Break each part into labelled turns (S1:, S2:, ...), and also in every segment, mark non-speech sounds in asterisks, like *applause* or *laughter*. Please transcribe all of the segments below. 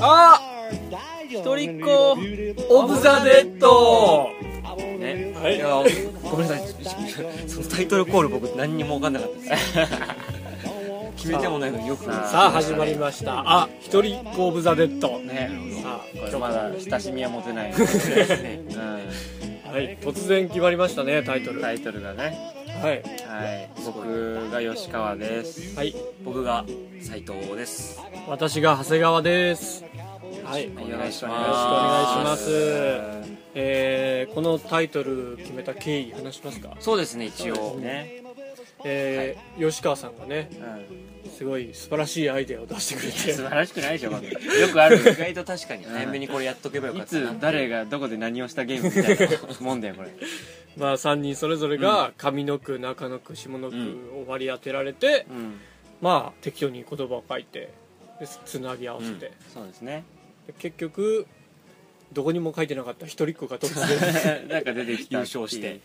S1: あ一人っ子オブザ・デッド
S2: ね、
S3: はい
S2: いやごめんなさいそのタイトルコール僕何にも分かんなかった *laughs* です決めてもないのによく
S3: さあ始まりましたあ一人っ子オブザ・デッド
S2: ね
S3: さあ
S2: こ
S3: 今
S2: れ
S3: 日
S2: ま
S3: は
S2: だ親しみは持て *laughs* ないですね、
S3: い突然決まりましたねタイト
S2: う
S3: ル
S2: ん、
S3: は
S2: タ
S3: い
S2: イトルがね
S3: はい
S2: はい僕が吉川です僕が斉藤です
S3: 私が長谷川ですはい
S2: お願いします
S3: よろくお願いしますえーこのタイトル決めた経緯話しますか、
S2: そうですね一応ね、
S3: えー吉川さんがね
S2: うん、
S3: すごい素晴らしいアイデアを出してくれて
S2: 素晴らしくないでしょこれよ *laughs* くある
S1: 意外と確かに早めにこれやっとけばよか
S2: い
S1: ったな
S2: つ誰がどこで何をしたゲームみたいなもんだよこれ
S3: まあ3人それぞれが上の句中の句下の句を割り当てられて、
S2: うん
S3: まあ適当に言葉を書いてでつなぎ合わせて、で
S2: そうですね
S3: 結局どこにも書いてなかった一人っ子が突
S1: *laughs*
S3: 然、はい
S2: *laughs* なんか出てきた
S1: 優勝して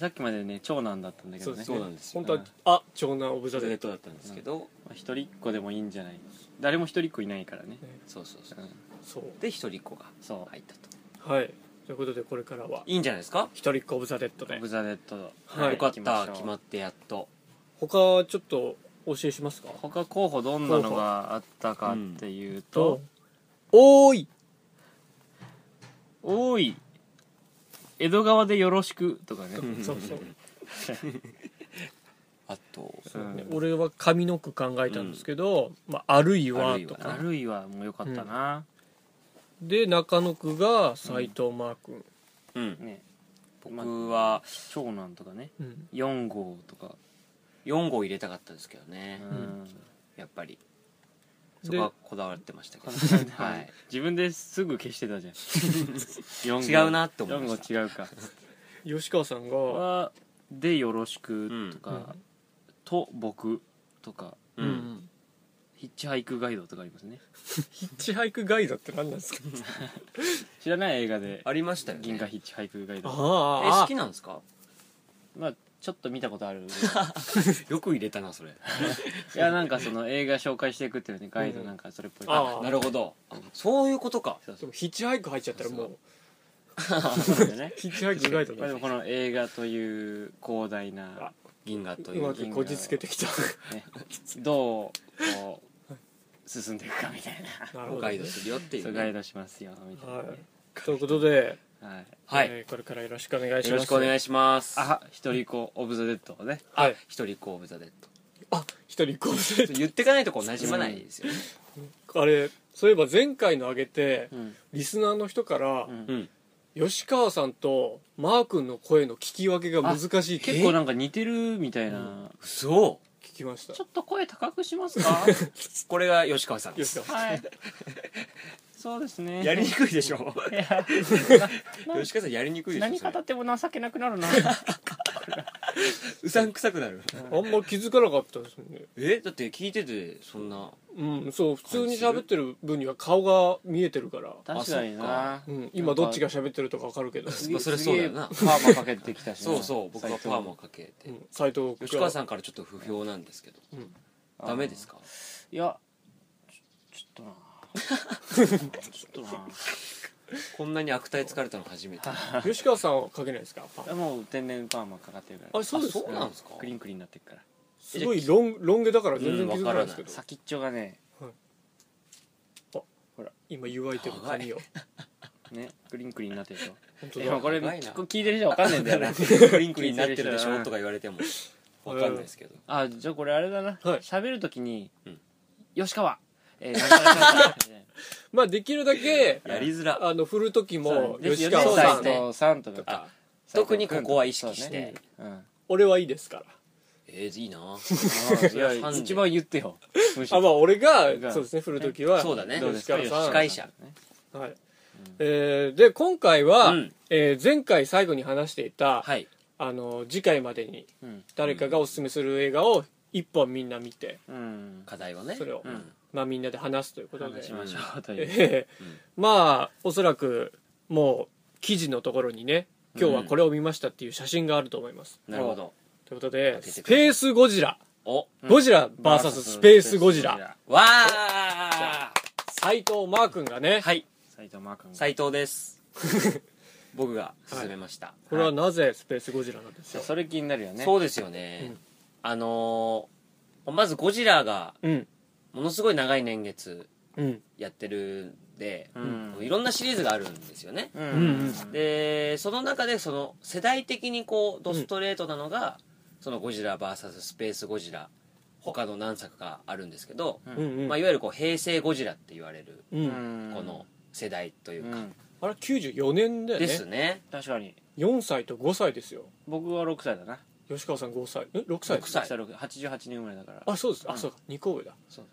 S2: さっきまでね長男だったんだけどね
S1: そうなんですよ
S3: 本当は、あ長男オブザ
S1: デ
S3: デ
S1: ッ
S3: ッド
S1: ドだったんですけど
S2: まあ一人っ子でもいいんじゃない誰も一人っ子いないからね、
S1: そうそうそううん
S3: そう
S1: で一人っ子が
S2: そう
S1: 入ったと
S3: はいということでこれからはい
S1: いんじゃないですか
S3: 一人っ子オブザデッド
S2: オ
S3: で
S2: ブザ・デッド
S3: はい
S1: よかっ
S2: 行き
S1: た
S2: しょう
S1: 決まってやっと
S3: 他ちょっとお教えしますか
S2: 他候補どんなのがあったかっていうと
S3: 「おー
S1: *laughs*
S3: い
S2: 「おい江戸川でよろしく」とかね、」
S3: そうそう、
S1: あと
S2: うん
S3: ね俺は上の句考えたんですけど「まあ、あるいは」と
S1: あ
S3: か
S2: あるいはもうよかったな、
S3: で中野区が斎藤真君、
S1: うん
S2: ね
S1: 僕は
S2: 長男とかね
S3: うん
S2: 4号とか、
S1: 4号入れたかったですけど
S2: う
S1: ね
S2: ん
S1: やっぱり
S3: で
S1: そこはこだわってましたけどはい
S2: 自分ですぐ消してたじゃ
S1: *laughs*
S2: ん4
S1: 違うなって思いました
S2: 4号違うか
S3: 吉川さんが
S2: はでよろしくとか、
S3: うん
S2: と僕とか
S3: う
S1: うんん
S2: ヒッチハイクガイドとかありますね
S3: ヒッチハイクガイドって何なんですか
S2: 知らない映画で
S1: ありましたよ
S2: 銀
S1: ね
S2: 河ヒッチハイクガイ
S3: あ
S2: ド
S1: え
S3: あ
S1: 好きなんですか
S2: まあちょっと見たこと
S1: *laughs*
S2: ある
S1: よく入れたなそれ
S2: いやなんかその映画紹介していくっていうねガイド
S3: うん
S2: なんかそれっぽい
S3: あ
S1: *laughs* なるほどあそういうことか
S2: そうそ
S3: で
S2: う
S3: もヒッチハイク入っちゃったらもう
S2: そうだよ
S1: *laughs*
S2: ね
S3: ヒッチハイクガイド
S2: まあで
S3: だ
S2: もこの映画という広大な
S3: あ
S1: 銀河という
S3: ま
S1: う
S3: くこじつけてきた
S2: どうこう進んでいくかみたいな
S3: なる *laughs* ほ
S1: を
S3: ど
S1: ガイ
S3: ね
S1: ドするよってい
S2: そううガイ
S1: ね
S2: ドしますよみたいな
S3: は
S2: ね
S3: いということで
S2: はい
S1: はい
S3: えーこれからよろしくお願いします
S1: よろしくお願
S3: い
S1: いします
S2: あ一人っ子オブザ・デッドをね
S3: はい
S1: 一人っ子オブザデッド
S3: あ一人こう
S1: 言ってかないとこう馴染まないですよね
S3: あれそういえば前回のあげて
S2: うん
S3: リスナーの人から
S2: うん
S1: うん
S3: 吉川さんとマー君の声の聞き分けが難しいって
S2: 結構なんか似てるみたいな
S1: そう
S3: 聞きました
S2: ちょっと声高くします
S1: *laughs*
S2: か
S1: これが吉川さんです
S3: 吉川
S2: はいそうですね
S1: やりにくいでしょ
S2: いやな
S1: *laughs* 吉川さんやりにくいでしょ
S2: 何
S1: それ
S2: 語っても情けなくなるな
S1: うさんくさくなる
S3: あんま気づかなかったですね
S1: えだって聞いててそんな
S3: うんそう普通に喋ってる分には顔が見えてるから、
S2: 確かにな
S3: うん、今どっちが喋ってるとか分かるけど
S2: す
S1: ま
S2: げ
S1: あそれそうだよ
S2: な
S1: な
S2: パーマかけてきたしな
S1: そうそう僕はパーマかけて
S3: 斎藤君
S1: 吉川さんからちょっと不評なんですけど
S3: うん
S1: ダメですか
S2: いやちょちょっとな *laughs* ちょっとな
S1: こんなに悪態つかれたの初めて
S3: 吉川さんはかけないですかパン
S2: いやもう天然パーマかかってるから
S3: あそうです
S1: あそう
S3: ね
S1: なんですか
S2: クリンクリンになってるから
S3: すごいロンロン毛だから全然気づかないですけど、
S2: 先っちょがね
S3: 今言われてる髪を
S2: ねクリンクリンになってるでしょ
S3: 本当
S2: でも
S3: だ
S2: これ
S1: 長いな
S2: 聞く聞いてる人わかんないん *laughs* だよな
S1: クリンクリンになってるでしょとか言われてもわかんないですけど
S2: あじゃあこれあれだな
S3: はい
S2: 喋、るときに、
S1: うん
S2: 吉 *laughs* 川えー、なんとかなんとか
S3: まあできるだけ
S1: やりづら
S3: あの振る時も
S2: です
S3: 吉
S2: よ
S3: 川さん
S2: ね斎藤さんと
S3: と
S2: か
S3: か
S1: 特にここは意識し
S2: そうね
S1: て
S2: うん
S3: 俺はいいですから
S1: えーいいな
S2: あいや
S1: ファンで
S2: 一番言ってよむし
S3: あ
S2: ろ
S3: まあ俺
S2: が
S3: がそうですね振る時は
S1: そうだね
S2: どうですか
S3: 吉
S1: 司
S3: 川さ
S1: 会
S3: ん
S1: 者
S3: はいえーで今回は、
S1: うん
S3: えー前回最後に話していた、
S1: はい
S3: あの次回までに
S2: うん
S3: 誰かがおすすめする映画を一本みんな見て
S2: うん
S1: 課題はね
S3: それを
S1: うん
S3: まあ、みんなで話すということで
S2: 話しましょうとい
S3: え
S2: う
S3: え *laughs* まあおそらくもう記事のところにね今日はこれを見ましたっていう写真があると思います、
S1: なるほど
S3: ということで
S1: 出てくる
S3: スペースゴジラ
S1: お
S2: うん
S3: ゴジラ VS スペースゴジラ
S1: わあ
S3: 斎藤真君がね、
S1: はい
S2: 斉藤真君
S1: 斉藤です僕が勧めました、
S3: これはなぜスペースゴジラなんですよ、
S2: それ気になるよね
S1: そううですよね、
S3: うん
S1: あのーまずゴジラが
S3: うん
S1: ものすごい長い年月
S3: うん
S1: やってるんで、
S2: うん
S1: いろんなシリーズがあるんですよね、
S2: うん
S3: うん
S1: でその中でその世代的にこうドストレートなのが、そのゴジラ VS スペースゴジラ他の何作かあるんですけど、
S2: うん
S3: うんうん、
S1: まあ、いわゆるこう平成ゴジラって言われる
S3: う、
S2: うんん
S1: この世代というか、
S2: うん
S3: あれ94年だよね
S1: ですね
S2: 確かに
S3: 4歳と5歳ですよ
S2: 僕は6歳だな
S3: 吉川さん5歳え6歳
S1: 六歳
S2: 6 88年生まれだから
S3: あそうです、
S2: う
S3: あ
S2: ん
S3: そうか2個上だ
S1: そう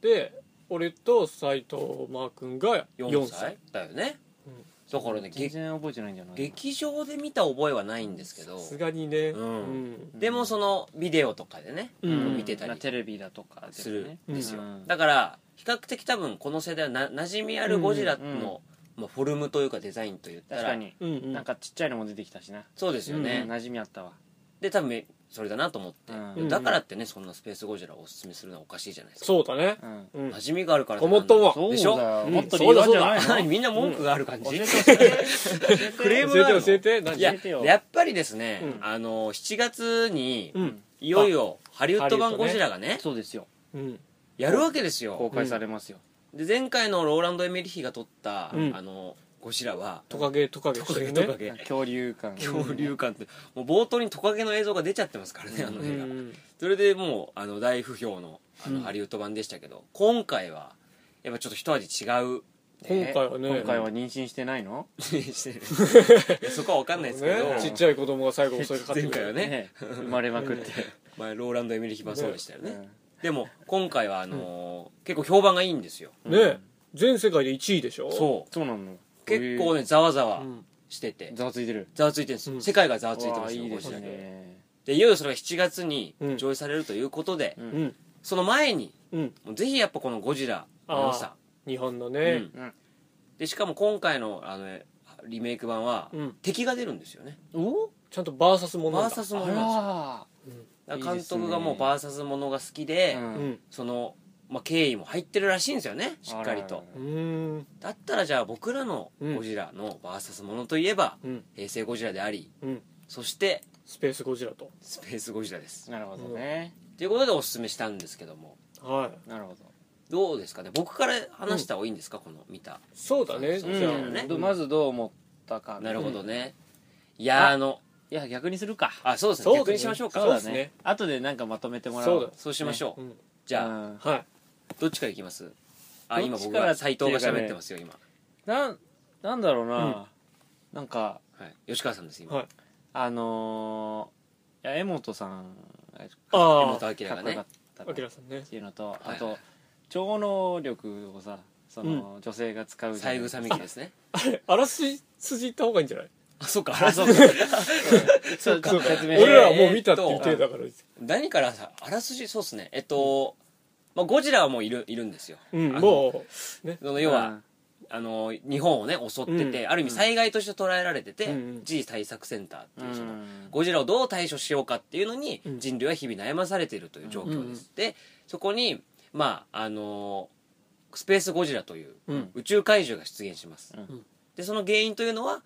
S3: で俺と斎藤真君が
S1: 4
S3: 4歳
S1: 歳だよね、
S3: うん
S1: だから
S2: 全
S1: ねげ
S2: 然覚えてないんじゃない
S1: 劇場で見た覚えはないんですけ
S3: さ
S1: ど
S3: すがにね
S1: う
S3: うんん
S1: でもそのビデオとかでね、
S3: うん
S2: うん
S1: 見てたり
S2: まあテレビだとかでもね
S1: するんですよ、
S2: うん
S1: だから比較的多分この世代はな馴染みあるゴジラの、
S2: うんうん
S1: まあ、フォルムというかデザインといった
S2: 確
S1: ら
S2: かに
S3: うんうん
S2: なんかちっちゃいのも出てきたしな
S1: そうですよね、
S2: うん馴染みあったわ
S1: で多分それだなと思って、
S2: うん
S1: だからってねそんなスペースゴジラをおすすめするのはおかしいじゃないですか
S3: そうだね
S2: うん
S3: うん
S1: 馴染みがあるから
S3: ごもっとも
S1: なんだでしょ
S2: そうだよ
S3: うん
S2: もっと理由あるんじゃないの
S1: 何みんな文句がある感じ、
S2: 教えて
S1: クレームがあ
S3: 教え
S1: るの
S3: て教えて何
S1: いや
S2: 教えてよ
S1: やっぱりですね、
S3: うん
S1: あの7月に
S3: うん
S1: いよいよハリウッド版
S3: ハリウッドね
S1: ゴジラがね
S2: そうですよ
S3: うん
S1: やるわけです
S2: 公
S1: よ
S2: 開されますよ
S1: で前回のローランド・エメリヒが撮った、
S3: うん
S1: あのゴジラは
S3: トカゲトカゲ
S1: トカゲ
S3: して
S1: ト
S3: るね
S1: カゲ
S2: 恐竜感
S1: 恐竜感ってもう冒頭にトカゲの映像が出ちゃってますからねあの
S3: う
S1: 映
S3: ん
S1: 画、
S3: うん
S1: それでもうあの大不評のあの
S3: うん
S1: ハリウッド版でしたけど、今回はやっぱちょっと一味違
S3: *laughs*
S1: う
S3: 今回はね
S2: 今回は妊娠してないの
S1: してるいやそこは分かんないですけど、
S3: ねちっちゃい子供が最後襲いかかって
S1: 前
S3: く
S1: 回は
S3: る
S1: ね、
S2: 生まれまくって
S1: 前ローランド・エミリヒ版そうでしたよね、
S2: うん
S1: でも今回はあのー結構評判がいいんですよ、
S3: ね全世界で1位でしょ
S1: そ
S2: そうなの
S1: う結構ねざわざわ
S3: ん
S1: してて、
S2: ざわついてる
S1: ざわついてるんです、
S3: うん
S1: 世界がざわついてます
S2: う
S1: よ
S2: わいいです
S1: ゴジラ
S2: ね
S1: でいよいよそれが7月に
S3: うん
S1: 上映されるということで、
S2: うん
S3: うん
S1: その前に
S3: うん
S1: もうぜひやっぱこのゴジラの良さ、
S3: 日本の
S1: う
S3: ね
S1: んでしかも今回のあのえリメイク版は、
S3: うん
S1: 敵が出るんですよね
S2: お
S3: ちゃんとバーサスものな
S1: バ
S3: んだ
S1: ーサス
S2: あ
S1: ものなんです
S2: ら
S1: よだ
S2: いい
S1: から
S2: で
S1: 監
S2: すね
S1: 督がもうバーサスものが好きで、
S2: うん
S3: うん
S1: その、まあ、経緯も入ってるらしいんですよねしっかりと
S2: あらら
S3: うーん
S1: だったらじゃあ僕らのゴジラのバーサスものといえば、
S3: うん
S1: 平成ゴジラであり
S3: うん
S1: そして
S3: スペースゴジラと
S1: スペースゴジラです
S2: なるほどね
S1: ということでおすすめしたんですけども
S3: はい
S2: なるほど
S1: どうですかね僕から話した方がいいんですか、この見た
S3: そうだね
S1: そ
S3: じ
S1: う
S2: うん
S3: ゃあ
S1: ね
S2: どまずどう思ったか
S1: なるほど
S2: うん
S1: ね、いやー
S2: あ
S1: あの
S2: いや逆にするか
S1: あそうです
S3: そうで
S1: ね
S3: すね
S1: 逆にしましょうか
S3: そうですね
S2: 後でなんかまとめてもら
S3: そ
S2: お
S3: う
S2: う
S3: だ
S1: そうしましょう、
S3: うん
S1: じゃあ、
S2: うん
S3: はい
S1: どっちからいきますあ今僕
S2: どっちから
S1: が
S2: ってい
S1: 斎
S2: うか
S1: 藤
S2: ね
S1: が喋ってますよ今、
S2: なんなんだろうななんか
S1: はい、吉川さんです今、
S3: はい
S2: あのーいや江本さん
S1: 江
S3: ああ
S1: 本明
S2: かっ
S1: が
S2: こよ
S1: ね
S2: かったな
S3: あきら
S2: っ
S3: さんね *laughs*
S2: ていうのとあ
S1: はい
S2: と超能力をさその女性が使うじゃな
S1: 三
S2: い
S1: 枝美紀ですね
S3: あれあらす筋行った方がいいんじゃない
S1: あそうか
S2: あそうかそう
S3: そうか
S2: 説明
S3: 俺らはもう見たっていう体だから
S1: 何からさあらすじそうっすねえっと、まあ、ゴジラはもういるいるんですよ、
S3: うん
S1: あの
S3: もうね
S1: その要は、あの日本をね襲ってて、
S3: うん
S1: ある意味災害として捉えられてて、
S3: うんうん
S1: 自治対策センターっ
S2: う
S1: ていうその、
S2: ん
S1: ゴジラをどう対処しようかっていうのに
S3: うん
S1: 人類は日々悩まされているという状況です、でそこにまああのースペースゴジラという
S3: うん
S1: 宇宙怪獣が出現します、
S2: うん
S1: でその原因というのは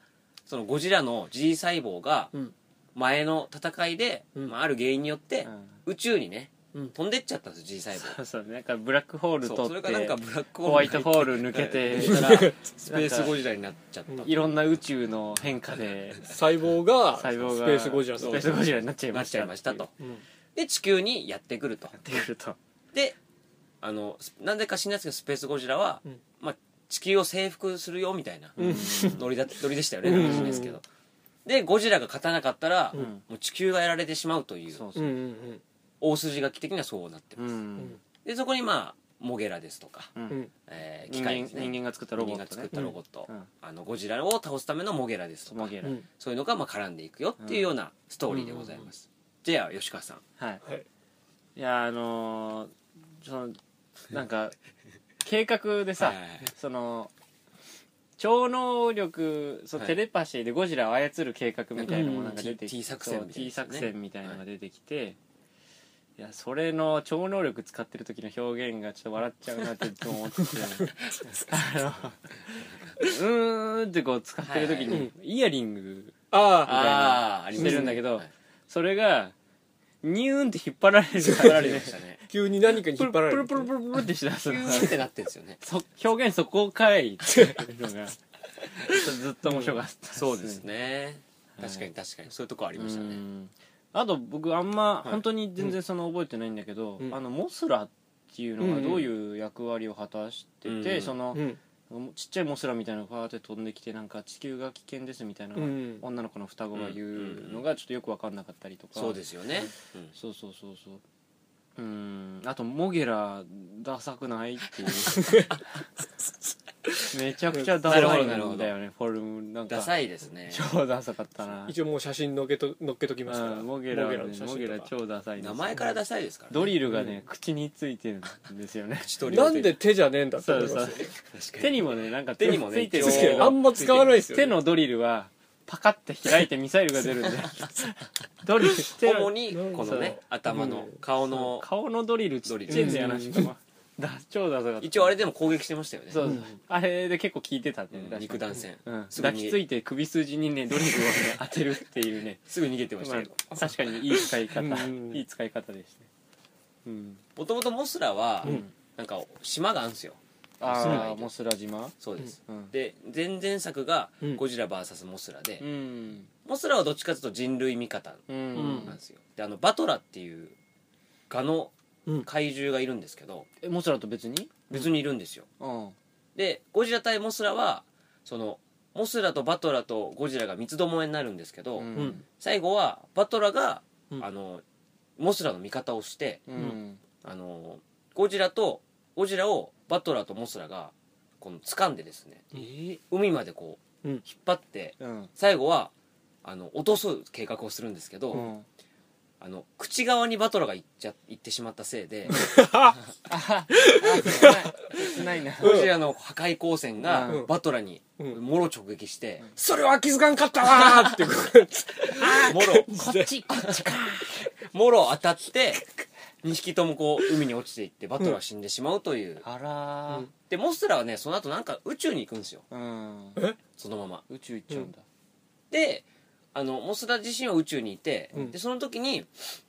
S1: そのゴジラの G 細胞が
S3: うん
S1: 前の戦いで、
S3: うん
S1: まあ、ある原因によって
S2: うん
S1: 宇宙にね、
S3: うん
S1: 飛んでっちゃったんです G 細胞
S2: そう *laughs* そうなんかブラックホール
S1: そうそ
S2: 取
S1: れ
S2: っ
S1: がなんか
S2: て
S1: ブラック
S2: ホワイトホール抜け
S1: *laughs*
S2: て
S1: に入ってたらスペースゴジラになっちゃった
S2: いろんな宇宙の変化
S1: *laughs*
S2: で
S3: *laughs* 細胞が
S2: 細胞
S3: ス
S2: が
S3: ペースゴジラ
S2: スペースゴジラになっちゃい
S1: な
S2: ま
S1: っ
S2: し
S1: ち
S2: た
S1: ゃいましたと
S3: うん
S1: で地球にやってくると
S2: ってくると
S1: であのすなんでか知んないですけどスペースゴジラは、
S3: うん
S1: まあ、地球を征服するよみたいな
S3: うん
S1: ノリだノリでしたよね
S3: うん
S1: 話ですけどでゴジラが勝たなかったら、
S2: ん
S1: もう地球がやられてしまうという
S2: そう
S3: う
S2: そ
S3: ん
S2: う
S3: うん
S1: 大筋書き的にはそうなって
S2: う
S1: ます、
S2: ん
S1: でそこにまあモゲラですとか、
S2: う
S3: うんん
S1: えー機
S2: 人
S1: 械
S2: 間
S1: ですね
S2: 人間が作ったロボ
S1: 人
S2: ッ
S1: 間が
S2: ト
S1: 作っ
S2: ね
S1: たロボット、
S2: うん
S1: あのゴジラを倒すためのモゲラですと
S2: つ
S1: か、
S2: まげ
S3: う
S2: る
S3: ん
S1: そういうのがまあ絡んでいくよっていうようなストーリーでございます、じゃあ吉川さん
S2: はい
S3: はい
S2: いやあのーそのなんか計画でさ
S1: はいはいはい
S2: その超能力そう、
S1: はい
S2: テレパシーでゴジラを操る計画みたいのもなんか出てきて、
S1: うん T- T 作戦みたいな
S2: T
S1: やつね
S2: 作戦みたいなのが出てきて、いやそれの超能力使ってる時の表現がちょっと笑っちゃうなっていつも思っててあのうーんってこう使ってる時
S1: はい
S2: にイヤリング
S3: ああ
S1: あああり
S2: し
S1: ま
S2: て
S1: し
S2: る
S1: た
S2: んだけ
S1: ね
S2: ど
S1: はい
S2: それがニューンって引っ張られる
S1: 引っ張られま *laughs* し
S2: *laughs*
S1: たね
S3: 急に何かに
S2: プ
S3: 引っ張
S2: ルプ
S3: られ
S2: ル
S3: る
S2: プルプルプルってしだす
S1: キ
S2: の
S1: ュ
S2: が
S1: ーンってなってるんですよね
S2: そ表現そこかいっていうのがずっと面白かった
S1: そうですね確かに確かにそういうとこありました
S2: う
S1: ね
S2: んあと僕あんま
S1: い
S2: 本当に全然その覚えてないんだけど、
S3: うん
S2: あのモスラっていうのがどういう役割を果たしてて、
S1: うん
S2: その
S3: う、ん
S2: ちっちゃいモスラみたいなのがパーって飛んできてなんか地球が危険ですみたいな、
S3: うん
S2: 女の子の双子が言うのがちょっとよく分かんなかったりとか、
S1: そうですよねうん
S2: そうそうそうそううんあとモゲラダサくないっていう *laughs* めちゃくちゃダサいん
S1: なるほど
S2: だ
S1: なる
S2: よねフォルムなんか
S1: ダサいですね
S2: 超ダサかったな
S3: 一応もう写真のっけとのっけときますから
S2: うんモゲラはね
S3: の写
S2: モゲ
S3: 真
S2: ラ
S3: とか
S2: 超ダサいんですよ
S1: 名前からダサいですからね
S2: ドリルがね、口についてるんですよね
S1: 一人
S3: なんで手じゃねえんだって
S2: *laughs* そ
S3: 思いうます
S2: そ
S3: よ
S2: う
S1: 確かに
S2: 手にもねなんか
S1: 手にもね
S2: ついてるん
S1: そ
S2: で
S1: う
S2: す
S1: そう
S2: け
S1: そ
S3: *laughs*
S1: う
S3: あ
S2: ど
S3: んま使わないですよね
S2: 手のドリルはパカッて開いてミサイルが出るんで *laughs* ドリル手の
S1: 主にこのね頭の顔の
S2: 顔のドリルちっちゃいんだよなしかもだ超ダサかった
S1: 一応あれでも攻撃してましたよね
S2: そうそう、
S3: うん
S2: あれで結構効いてたん
S1: う
S2: で、
S1: ん
S2: 確かに
S1: 肉弾戦
S2: うん、
S1: すぐ
S2: 抱
S1: に
S2: きついて首筋にねドリルをね当てるっていう
S1: *laughs*
S2: ね
S1: すぐ逃げてまし
S2: ま
S1: た
S2: あ
S1: けど
S2: 確かにいい使い方
S3: うん
S2: いい使い方でしたねうん
S1: もともとモスラは
S3: うん
S1: なんか島があるんですよ
S2: ああモスラ島
S1: そうです
S2: うん
S1: で前々作が
S3: うん
S1: 「ゴジラ VS モスラで」
S2: うん
S1: モスラはどっちかというと人類味方
S2: う
S1: なん
S2: ん
S1: ですよであのバトラっていうガの
S3: うん
S1: 怪獣がいるんですけど
S2: えモスラと別に
S1: 別にいるんですよ
S2: うん
S1: でゴジラ対モスラはそのモスラとバトラとゴジラが三つどもえになるんですけど、
S2: うん
S1: 最後はバトラが、
S3: うん
S1: あのモスラの味方をして
S2: うん
S1: あのゴジラとゴジラをバトラとモスラがこの掴んでですね
S2: え
S1: 海までこう
S3: うん
S1: 引っ張って
S2: うん
S1: 最後はあの落とす計画をするんですけど、
S2: うん
S1: あの口側にバトラが行っちゃ行ってしまったせいで
S2: 切ないな
S1: ゴジラの破壊光線が
S3: うん
S1: バトラに
S3: うん
S1: もろ直撃して、
S3: それは気づかんかったわーってこう
S1: もろこっちこっちかもろ当たって2匹ともこう海に落ちていってバトルは死んでしまうという、
S2: あらー
S1: でモスラはねその後なんか宇宙に行くんですよ
S2: うん
S1: そのまま
S2: 宇宙行っちゃうんだ
S1: であのモスラ自身は宇宙にいて、
S3: うん
S1: でその時に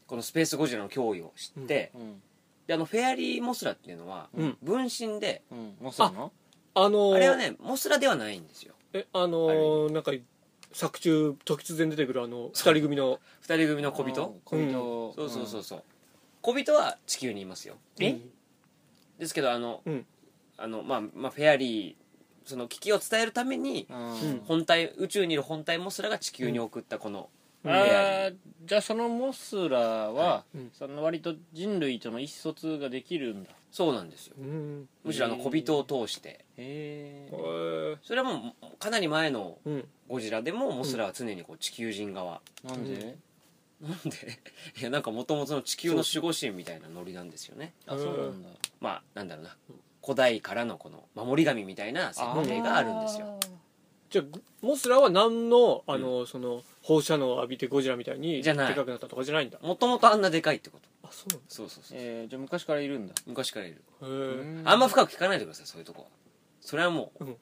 S1: このスペースゴジラの脅威を知って、
S2: うん
S1: であのフェアリーモスラっていうのは
S3: うん
S1: 分身で、
S2: うんモスラの
S3: あのー
S1: あれはねモスラではないんですよ
S3: えあのーなんか作中突然出てくるあの二人組の
S1: 二人組の小人、
S2: 小人
S1: そうそうそう
S2: う
S1: そう小人は地球にいますよ
S2: え
S1: ですけどあの、
S3: うん
S1: あのまあ、まあフェアリーその危機を伝えるために
S2: うん
S1: 本体宇宙にいる本体モスラが地球に送ったこの、
S3: うん
S2: あーじゃあそのモスラは
S3: はいうん
S2: その割と人類との意思疎通ができるんだ
S1: そうなんですよ
S3: うん
S1: むしろあの小人を通して
S2: へえ
S3: へ
S1: それはもうかなり前の
S3: ーうん
S1: ゴジラでもモスラは常にこう地球人側、
S2: なんで
S1: なんで *laughs* いやなんかもともとの地球の守護神みたいなノリなんですよね
S2: あそうなんだ
S1: まあなんだろうな古代からのこの守り神みたいな設定があるんですよ
S3: じゃあモスラは何のあのーその放射能を浴びてゴジラみたいに
S1: じ
S3: で
S1: ゃない
S3: かくなったとかじゃないんだ
S1: もともとあんなでかいってこと
S3: あそうなんだ
S1: そうそうそう、
S2: えーじゃあ昔からいるんだ
S1: 昔からいる
S3: へー
S1: あんま深く聞かないでくださいそういうとこはそれはもう、
S3: うん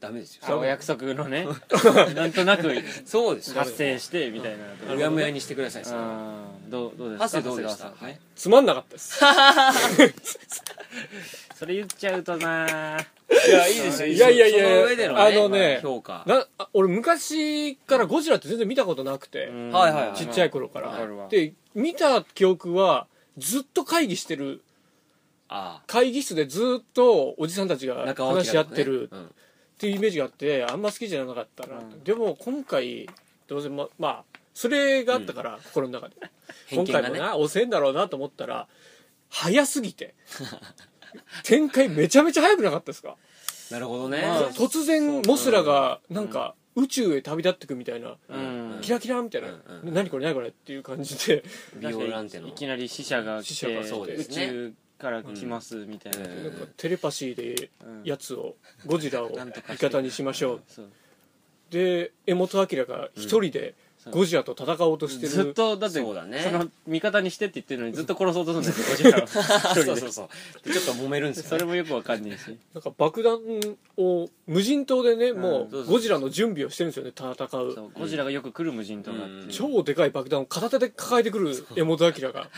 S1: ダメですよ
S2: あお約束のね *laughs* なんとなく
S1: そうですよ
S2: 発生してみたいなとこ
S1: うやむやにしてくださいそれは
S2: あーどうどうですか
S1: ハセどうでした
S2: 長谷川さん
S1: はい
S3: つまんなかったです
S2: それ言っちゃうとない
S1: やいいです
S3: よいいですよいやいやいや
S1: その上でのね
S3: あのね
S1: 評価
S3: なあ俺昔からゴジラって全然見たことなくて
S2: うん
S1: はいはいはい
S3: ちっちゃい頃から
S2: わかるわ
S3: で見た記憶はずっと会議してる
S1: あ
S3: 会議室でずっとおじさんたち
S1: あ
S3: が
S1: 中尾明
S3: 話し合ってる
S1: とかね
S3: っていうイメージがあってあんま好きじゃなかったな、
S2: うん
S3: でも今回どうせままあそれがあったから、心の中で、
S1: うん、偏
S3: 今
S1: 見
S3: 回
S1: が
S3: も
S1: ね
S3: な遅えんだろうなと思ったら早すぎて *laughs* 展開めちゃめちゃ早くなかったですか、
S1: なるほどね、
S2: まあ
S1: うん
S3: 突然モスラがなんか宇宙へ旅立ってくみたいな、
S2: うん
S3: キラキラみたいな、
S1: うんうん
S3: 何これ何これっていう感じで
S1: ビオランテの
S2: いきなり死者が
S3: 死
S2: 来
S3: 者
S2: て
S3: が
S1: そうで
S2: 宇
S1: すね
S2: 宙から来ますみたいな
S1: うん
S3: なんかテレパシーで
S2: うん
S3: やつをゴジラを
S2: なんとか
S3: 味
S2: して
S3: 方にしましょう
S2: そう
S3: で柄本明が一人で
S2: そう
S3: ゴジラと戦おうとしてる
S2: ずっとだって
S1: そうだね
S2: の味方にしてって言ってるのにずっと殺そうとするんだよゴ
S1: *laughs*
S2: ジラを一人で
S1: そうそうそうでちょっと揉めるんです
S2: そ
S1: よ、
S2: れ
S1: ね、
S2: もよくわかんないし
S3: なんか爆弾を無人島でねも
S1: そうそう
S3: う
S1: そう
S3: ゴジラの準備をしてるんですよね戦う
S2: そうゴジラがよく来る無人島があっ
S1: うん
S2: て
S3: 超でかい爆弾を片手で抱えてくる柄本明
S1: *laughs*
S3: が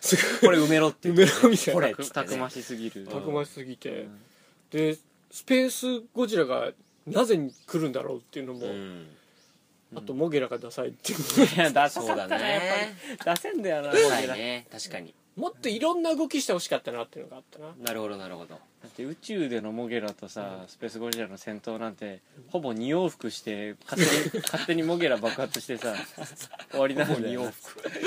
S3: す
S1: これ埋めろって
S3: ごい埋めろみたい
S1: こ
S3: な
S1: れ
S2: たく
S1: た
S2: たく
S1: くま
S2: ま
S1: し
S2: しすぎる
S3: たくましすぎ
S2: う
S3: て
S2: ん
S3: でスペースゴジラがなぜ来るんだろうっていうのも、
S1: うん
S3: あとモゲラがダサいっていう
S2: いやダサ
S1: そう
S2: か
S1: だ
S2: ったなやっ
S1: ね
S2: ぱり出せんだよなゴジ
S1: 怖い
S2: ラ
S1: ね確かに
S3: *laughs* もっといろんな動きしてほしかったなっていうのがあったな
S1: なるほどなるほど
S2: だって宇宙でのモゲラとさ、スペースゴジラの戦闘なんてほぼ二往復して勝
S1: *laughs*
S2: 手に勝手にモゲラ爆発してさ終わりなんだよ
S1: ほぼ *laughs*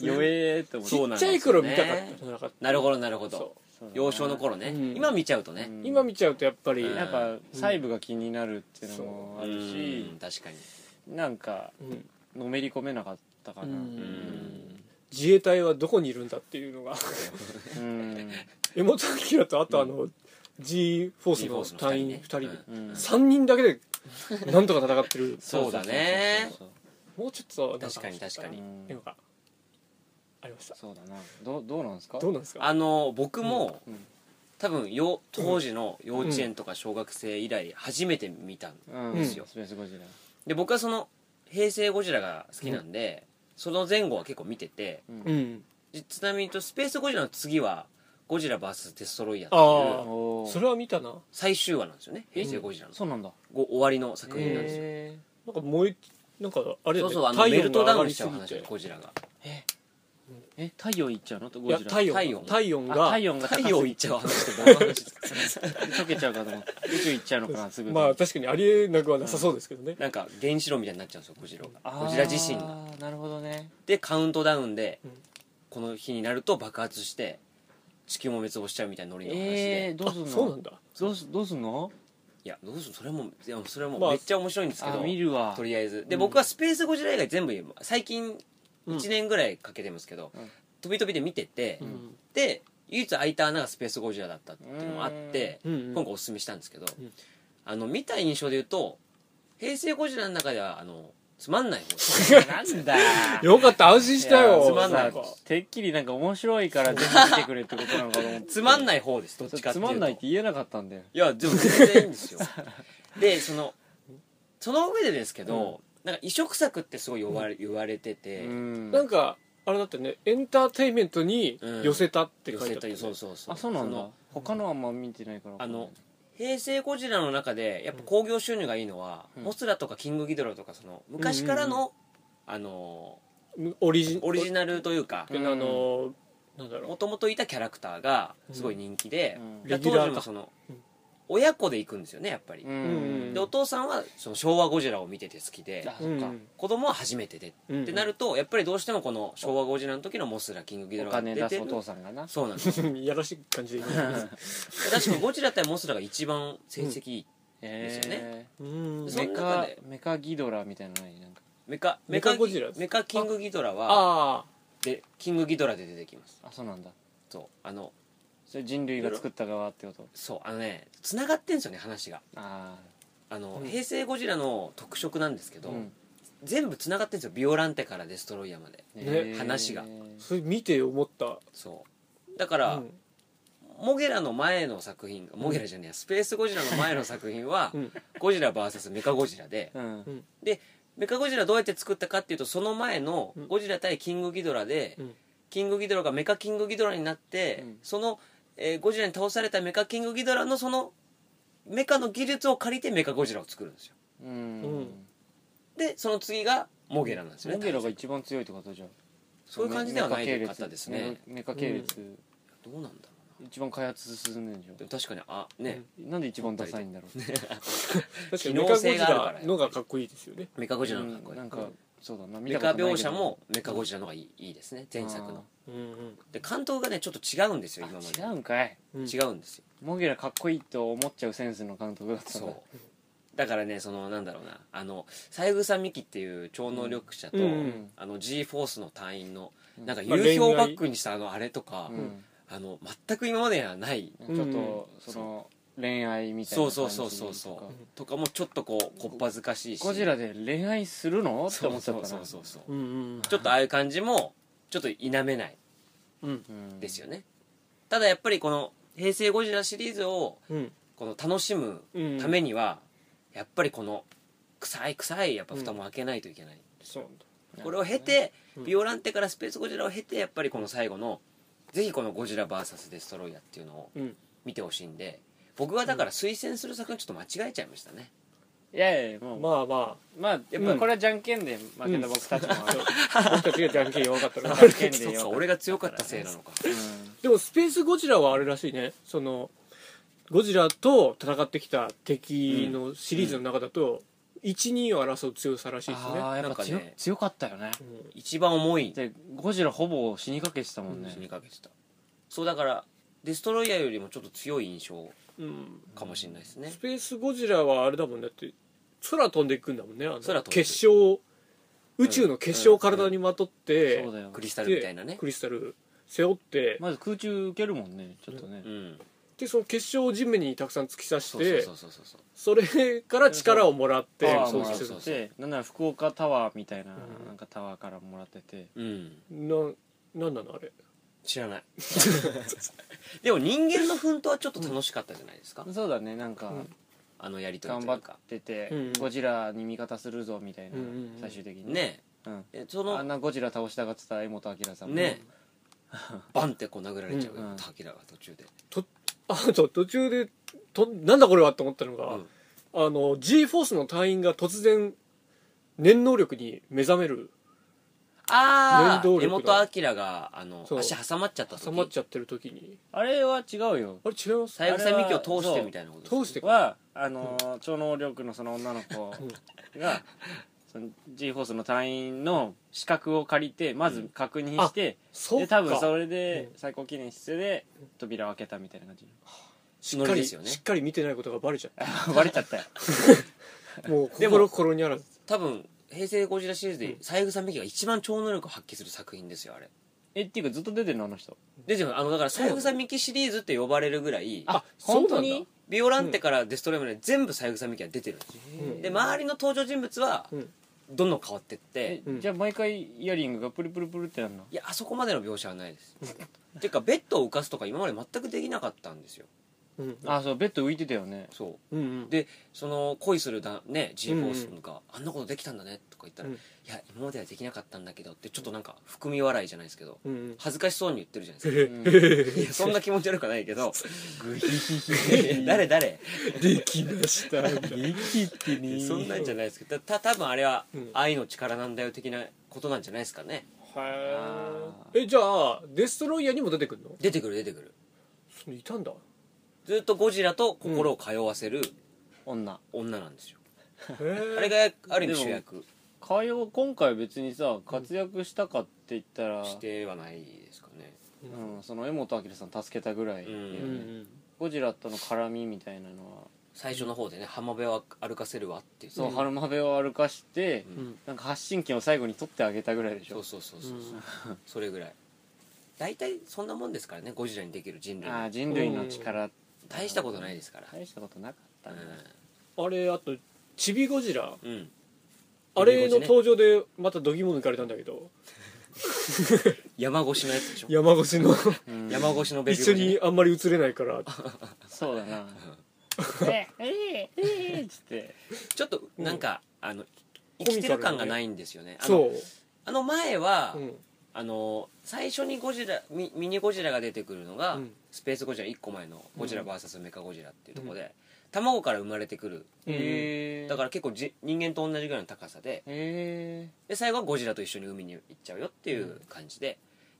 S2: 弱えーって思って
S1: そうなん
S3: ち
S1: で
S3: っ
S1: す
S3: ち
S1: よ
S3: ゃい頃
S1: ね
S3: 見たかったなかった
S1: なるほどなるほど
S3: そ
S2: そうだな
S1: 幼少の頃ね、
S3: うん
S1: 今見ちゃうとね、
S2: うん
S3: う今見ちゃうとやっぱり、
S1: うん
S2: やっぱ細部が気になるっていうのもあ
S1: う
S2: る
S1: ん
S2: し、
S1: 確かに
S2: なんか
S3: うん
S2: のめり込めなかったかな
S3: う
S1: うんん
S3: 自衛隊はどこにいるんだっていうのが
S2: うん
S3: 柄本明とあとあの、G フォ
S1: G
S3: ースの隊員2人
S1: ね
S3: で、
S2: *laughs* うん
S3: 3人だけでなんとか戦って
S1: *laughs*
S3: る
S1: そうだね
S2: そうそう
S3: もうちょっと
S1: 確かに確か
S2: そう
S1: に
S2: うん
S3: でもかありました
S2: そうだなどうどうなんですか
S3: どうなんですか
S1: あの僕も、
S2: うん
S1: 多分よ当時の幼稚園とか小学生以来初めて見たの
S2: うん
S3: うん
S2: スペースゴジラ
S1: で僕はその平成ゴジラが好きなんで、その前後は結構見てて
S2: う
S3: うんん
S1: でちなみに言うとスペースゴジラの次はゴジラ VS デストロイヤーって
S3: あ
S1: い
S3: あ
S1: う
S2: おー
S3: それは見たな
S1: 最終話なんですよね平成ゴジラの、
S2: そうなんだ
S1: ご終わりの作品なんですよ、
S2: へー
S3: なんか燃えなんかあれだね
S1: そうそうあのメルトダウンしちゃう
S3: 太陽が上がり
S1: 話
S3: すぎ
S1: で
S3: て
S1: ゴジラが
S2: え太陽いっちゃうのと
S3: い
S2: ゴ
S3: や
S2: ジラ
S3: 太陽
S1: 太陽
S3: 太陽
S2: あ
S3: が
S2: 太陽が高すぎ
S1: 太
S2: て
S1: 陽いっちゃう話ってどういう話ですか
S2: 溶けちゃうかと思って宇宙行っちゃうのかなすぐ
S3: まあ確かにありえなくはなさそうですけどね
S1: なんか原子炉みたいになっちゃうんですよゴジラ
S2: あ
S1: ゴジラ自身が
S2: がなるほどね
S1: でカウントダウンで
S3: うん
S1: この日になると爆発して地球も滅亡しちゃうみたいなノリの話で、
S2: えー、どうすんの
S3: あそうなんだ
S2: どうすどうすんの
S1: いやどうするそれもいやそれも
S3: まあ
S1: めっちゃ面白いんですけど、
S2: あ見るわ
S1: とりあえずで、
S2: うん
S1: 僕はスペースゴジラ以外全部言えば最近
S3: うん
S1: 1年ぐらいかけてますけど、
S2: うん
S1: 飛び飛びで見てて、
S3: うん
S1: で唯一空いた穴がスペースゴジラだったっていうのもあって、
S3: うんうん
S1: 今回おすすめしたんですけど、
S3: うん
S1: あの見た印象で言うと平成ゴジラの中ではあのつまんない方です *laughs*
S2: なんだ
S3: よかった安心したよ
S2: いや
S1: つまんない
S3: か
S2: てっきりなんか面白いから全部見てくれってことなのかと思って
S1: *laughs* つまんない方ですどっちかって
S2: つ
S1: いう
S2: ま
S1: と
S2: んないって言えなかったんだよ
S1: いやでも全然いいんですよでそのその上でですけど、なんか移植作ってすごい呼ばれ,、言われてて、
S2: うん
S3: なんかあれだってねエンターテインメントに寄せたって書いてあった、ね
S1: 寄せたそうそうそう
S2: あそうなんだ
S1: の
S2: 他のあんま見てないから
S1: あの平成ゴジラの中でやっぱ興行収入がいいのは、
S2: うん
S1: モスラとかキングギドラとかその昔からの、
S3: うんう
S1: あの
S3: オリジ
S1: オリジナルというか
S3: あ
S2: うん
S3: のなんだろ
S1: もともといたキャラクターがすごい人気で、
S2: うん
S1: で
S3: レギュラーか
S1: 当時もその
S3: うん
S1: 親子で行くんですよねやっぱり、
S2: う
S3: うんん
S1: でお父さんはその昭和ゴジラを見てて好きで
S2: あ
S3: う、
S2: そっか
S3: うん
S1: 子供は初めてで、
S3: うん
S1: ってなるとやっぱりどうしてもこの昭和ゴジラの時のモスラキングギド
S2: お
S1: ラが
S2: 金
S1: 出
S2: 出
S1: て
S2: す
S1: る
S2: お父さんがな
S1: そうなんですよ
S3: うん *laughs* やらしい感じで言いますね
S1: 確かゴジラ対モスラが一番成績いい、
S2: *laughs* へ
S1: ですよね
S2: え
S3: うん
S1: そ
S2: メ
S1: の中
S2: カ
S1: で
S2: メカギドラみたいなのないなんか
S1: メカ
S3: メカ
S1: ギ
S3: ゴジラ
S1: メカキングギドラは
S3: あ
S1: でキングギドラで出てきます
S2: あそうなんだ
S1: そうあの
S2: それ人類が作った側ってこと
S1: そうあのね繋がってんですよね話が
S2: あ
S1: あの、
S3: うん
S1: 平成ゴジラの特色なんですけ
S2: あ
S1: ど、全部繋がってんですよビオランテからデストロイヤーまで
S3: ね
S1: 話が
S3: あそれ見て思った
S1: そうだから、
S3: うん
S1: モゲラの前の作品モゲラじゃねえやスペースゴジラの前の作品は、
S3: うん
S1: ゴジラ VS メカゴジラで
S2: うん
S1: メカゴジラどうやって作ったかっていうとその前の
S3: うん
S1: ゴジラ対キングギドラで、
S3: うん
S1: キングギドラがメカキングギドラになって、
S2: うん
S1: その、えーゴジラに倒されたメカキングギドラのそのメカの技術を借りてメカゴジラを作るんですよ
S2: うん
S3: うん
S1: でその次がモゲラなんですよね
S2: モゲラが一番強いってことじゃん
S1: そういう感じではない方です
S2: メ
S1: ね
S2: カメカ系列
S1: どうなんだろう
S2: 一番開発進んでんじ
S1: なでも確かにあね、
S2: ゃんなんで一番ダサいんだろう
S3: 確かに
S1: 機
S3: メ
S1: 能
S3: カゴジ
S1: 性があるから
S3: ラのがかっこいいですよね
S1: メカゴジラ
S2: う
S1: のかっこ
S2: ん
S1: いい、
S2: なんかそうだな見
S1: メ
S2: たこ
S1: カ
S2: とないけど
S1: 描写もメカゴジラの方がいいいいですね前作の
S3: うんうん
S1: で監督がねちょっと違うんですよ今ま
S2: あ
S1: で
S2: 違うんかい
S3: うん
S1: 違うんですよ
S2: モゲラかっこいいと思っちゃうセンスの監督だったんだ
S1: そうだからねそのなんだろうなあの三枝美紀っていう超能力者と、
S3: うん
S2: うん
S1: あの G フォースの隊員の
S2: うん
S1: なんか
S3: まあ
S1: 流氷
S3: 恋
S1: バ
S3: 愛
S1: ッグにしたあのあれとか、
S2: うん
S1: あの全く今までにはない
S2: ちょっと
S1: ん
S2: その恋愛みたいな
S1: そ
S2: 感
S1: う
S2: じ
S1: そうそうそ
S2: と
S1: う
S2: か
S1: そうとかもちょっとこうこっぱずかしいし
S2: ゴジラで恋愛するのって
S1: そ
S2: 思
S1: う
S2: っちゃ
S1: そ
S2: っ
S1: う
S2: た
S1: そ
S2: な
S1: うそうそう
S3: うんうん
S1: ちょっとああいう感じもちょっと否めない
S3: うん
S2: うん
S1: ですよねただやっぱりこの平成ゴジラシリーズを
S3: うん
S1: この楽しむ
S3: うん
S1: ためにはやっぱりこの臭い臭いやっぱ蓋も開けないといけない、
S3: そうなんだ
S1: これを経て、
S3: うん
S1: ビオランテからスペースゴジラを経てやっぱりこの最後のぜひこの「ゴジラ VS デストロイヤー」っていうのを
S3: うん
S1: 見てほしいんで僕はだから推薦する作品ちょっと間違えちゃいましたね、
S2: いやいやもうま
S3: まあま
S2: あやっぱこれはじゃんけんで負けた僕たちもある
S3: あ僕たちがじゃんけん弱か
S1: *laughs*
S3: ったら
S2: じゃんけん
S1: そ
S2: で
S1: っ
S2: よ
S1: か俺が強かったせいなのか
S2: う
S3: でもスペースゴジラはあれらしいねそのゴジラと戦ってきた敵のシリーズの中だと、12を争う強さらしい
S2: ん
S3: ですね
S2: ああやっぱ強
S1: なんかね
S2: 強かったよね
S1: 一番重い
S2: でゴジラほぼ死にかけてたもんね
S1: 死にかけてたそうだからデストロイヤーよりもちょっと強い印象
S3: うん、うん
S1: かもしれないですね
S3: スペースゴジラはあれだもんだって空飛んでいくんだもんねあの
S1: 空飛んでいく
S3: 結晶宇宙の結晶を体にまとって、
S2: そうだよ
S1: クリスタルみたいなね
S3: クリスタル背負って、
S2: まず空中受けるもんねちょっとね
S1: うん
S3: でその結晶を地面にたくさん突き刺し
S1: そうそう
S3: て
S1: そうそうそうそう
S3: それから力をもらって
S2: パワー
S1: そう
S2: もらっ
S1: そうそう
S2: てなんなら福岡タワーみたいな
S3: うん
S2: なんかタワーからもらってて
S1: うん
S3: ななんなのあれ
S1: 知らない *laughs* でも人間の奮闘はちょっと楽しかったじゃないですか、
S2: そうだねなんか
S3: うん
S1: あのやりとり
S2: 頑
S1: とい
S2: 張
S1: う
S2: っ
S1: か
S2: てて
S3: うん
S2: ゴジラに味方するぞみたいな
S3: うんうんうん
S2: 最終的に
S1: ね
S2: うん
S1: えそ
S2: あ
S1: の
S2: んなゴジラ倒したがってた柄本明さんも
S1: ねバンってこう殴られちゃうよ、
S2: うん
S1: タキラが途中で、
S3: あと途中でとなんだこれはと思ったの
S1: う
S3: が、
S1: ん
S3: あの G フォースの隊員が突然念能力に目覚める
S1: ああ
S3: 念動
S1: 根
S3: 力
S1: 本
S3: だ
S1: 明があの
S3: そう
S1: 足挟まっちゃった時
S3: 挟まっちゃってる時に
S2: あれは違うよ
S3: あれ違います
S1: 三枝美樹を通してみたいなこと
S3: 通してか
S2: はあのー超能力のその女の子がその G フォースの隊員の資格を借りてまず確認して
S3: そ
S2: で
S3: うか
S2: 多分それで
S3: う
S2: 最高記念室で扉を開けたみたいな感じ *laughs*
S1: し
S3: しっかり
S1: ですよね
S3: しっかり見てないことがバレちゃっ
S2: バレちゃったよ
S1: *laughs*
S3: たもう
S1: でも
S3: 心心にあらず
S1: 多分平成ゴジラシリーズで三枝美樹が一番超能力を発揮する作品ですよあれ
S2: えっていうかずっと出てるのあの人
S1: ででもあのだから三枝美樹シリーズって呼ばれるぐらい
S3: あ
S2: 本当
S3: そうなん
S2: に
S3: だ
S1: ビオランテからデストロイヤーまで全部三枝美樹は出てるんですよ
S3: うん
S1: で周りの登場人物は
S3: うん
S1: どんどん変わってって
S2: え
S3: うん
S2: じゃあ毎回イヤリングがプルプルプルってなるの
S1: いやあそこまでの描写はないですていうかベッドを浮かすとか今まで全くできなかったんですよ
S3: うん
S2: あそうベッド浮いてたよね
S1: そう
S3: うんうん
S1: でその恋するだ、ね、G フォース
S3: うん
S1: が、あんなことできたんだね」とか言ったら「
S3: うん
S1: いや今まではできなかったんだけど」ってちょっとなんか含み笑いじゃないですけど
S3: うんうん
S1: 恥ずかしそうに言ってるじゃない
S3: へ
S1: で
S3: へ
S2: う
S3: *laughs*
S2: ん
S1: すかいやそんな気持ち悪くはないけど
S2: グヒヒヒ
S1: *laughs* 誰誰
S3: できました
S2: できてね
S1: そんなんじゃないですけどたた多分あれは
S3: うん
S1: 愛の力なんだよ的なことなんじゃないですかね
S3: はえじゃあデストロイヤーにも出てくるの
S1: 出てくる出てくる
S3: それいたんだ
S1: ずっとゴジラと心を通わせる
S2: 女
S1: 女なんですよ、あ
S3: あ
S1: れがある意味主役
S2: 火曜今回別にさ活躍したかって言ったら、
S1: してはないですかね
S2: うん、その柄本明さん助けたぐらい、
S1: うん
S2: ゴジラとの絡みみたいなのは
S1: 最初の方でね浜辺は歩かせるわっていう
S2: そう、
S1: ん
S2: 春馬部を歩かして、
S1: うん
S3: うん
S2: なんか発信機を最後に取ってあげたぐらいでし
S1: そ
S2: ょ
S1: うそうそうそうそう、それぐらい大体そんなもんですからねゴジラにできる人類
S2: ああ人類の力
S1: 大したことないですから
S2: 大したことなかったね、
S3: あれあとチビゴジラ
S1: うん、うん
S3: あれの登場でまた度肝抜かれたんだけど
S1: 山越しのやつでしょ
S3: 山越し
S1: *laughs*
S3: の
S2: うん
S1: 山越しのベビー
S3: 一緒にあんまり映れないから
S2: そうだな「えええええっつって
S1: ちょっとなんか、あの
S3: コミカルなね
S1: 生きてる感がないんですよねあの
S3: そう
S1: あの前は、
S3: うん
S1: あの最初にゴジラミミニゴジラが出てくるのが、
S3: うん
S1: スペースゴジラ1個前の「ゴジラ VS メカゴジラ」っていうところで、卵から生まれてくる
S2: へえ
S1: だから結構じ人間と同じぐらいの高さで
S2: へえ
S1: で最後はゴジラと一緒に海に行っちゃうよっていう感じで、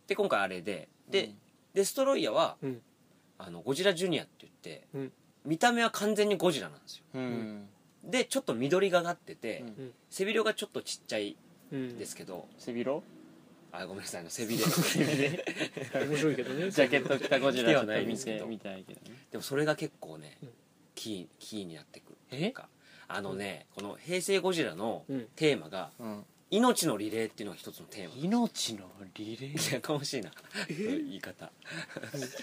S1: で今回あれでで、
S2: うん
S1: デストロイヤーは
S3: うん
S1: あのゴジラジュニアって言って、
S3: うん
S1: 見た目は完全にゴジラなんですよ
S2: うん
S1: でちょっと緑がかってて、
S2: うん
S1: 背広がちょっとちっちゃい
S3: うん
S1: ですけど、
S2: 背広
S1: あごめんなさいあの背びれ
S3: 面白いけどね
S2: ジャケット着たゴジ
S1: 着て
S2: ラ
S1: は
S2: ちょっ
S1: な
S2: と
S1: いんで
S2: 見
S1: すけ
S2: て
S1: ど
S2: みたいけどね
S1: でもそれが結構ね、
S3: うん
S1: キーキーになってくる
S2: え
S1: かあのね、この「平成ゴジラ」の
S3: うん
S1: テーマが
S2: うん
S1: 命のリレーっていうのが一つのテーマ
S2: 命のリレー
S1: いやかましいな言い方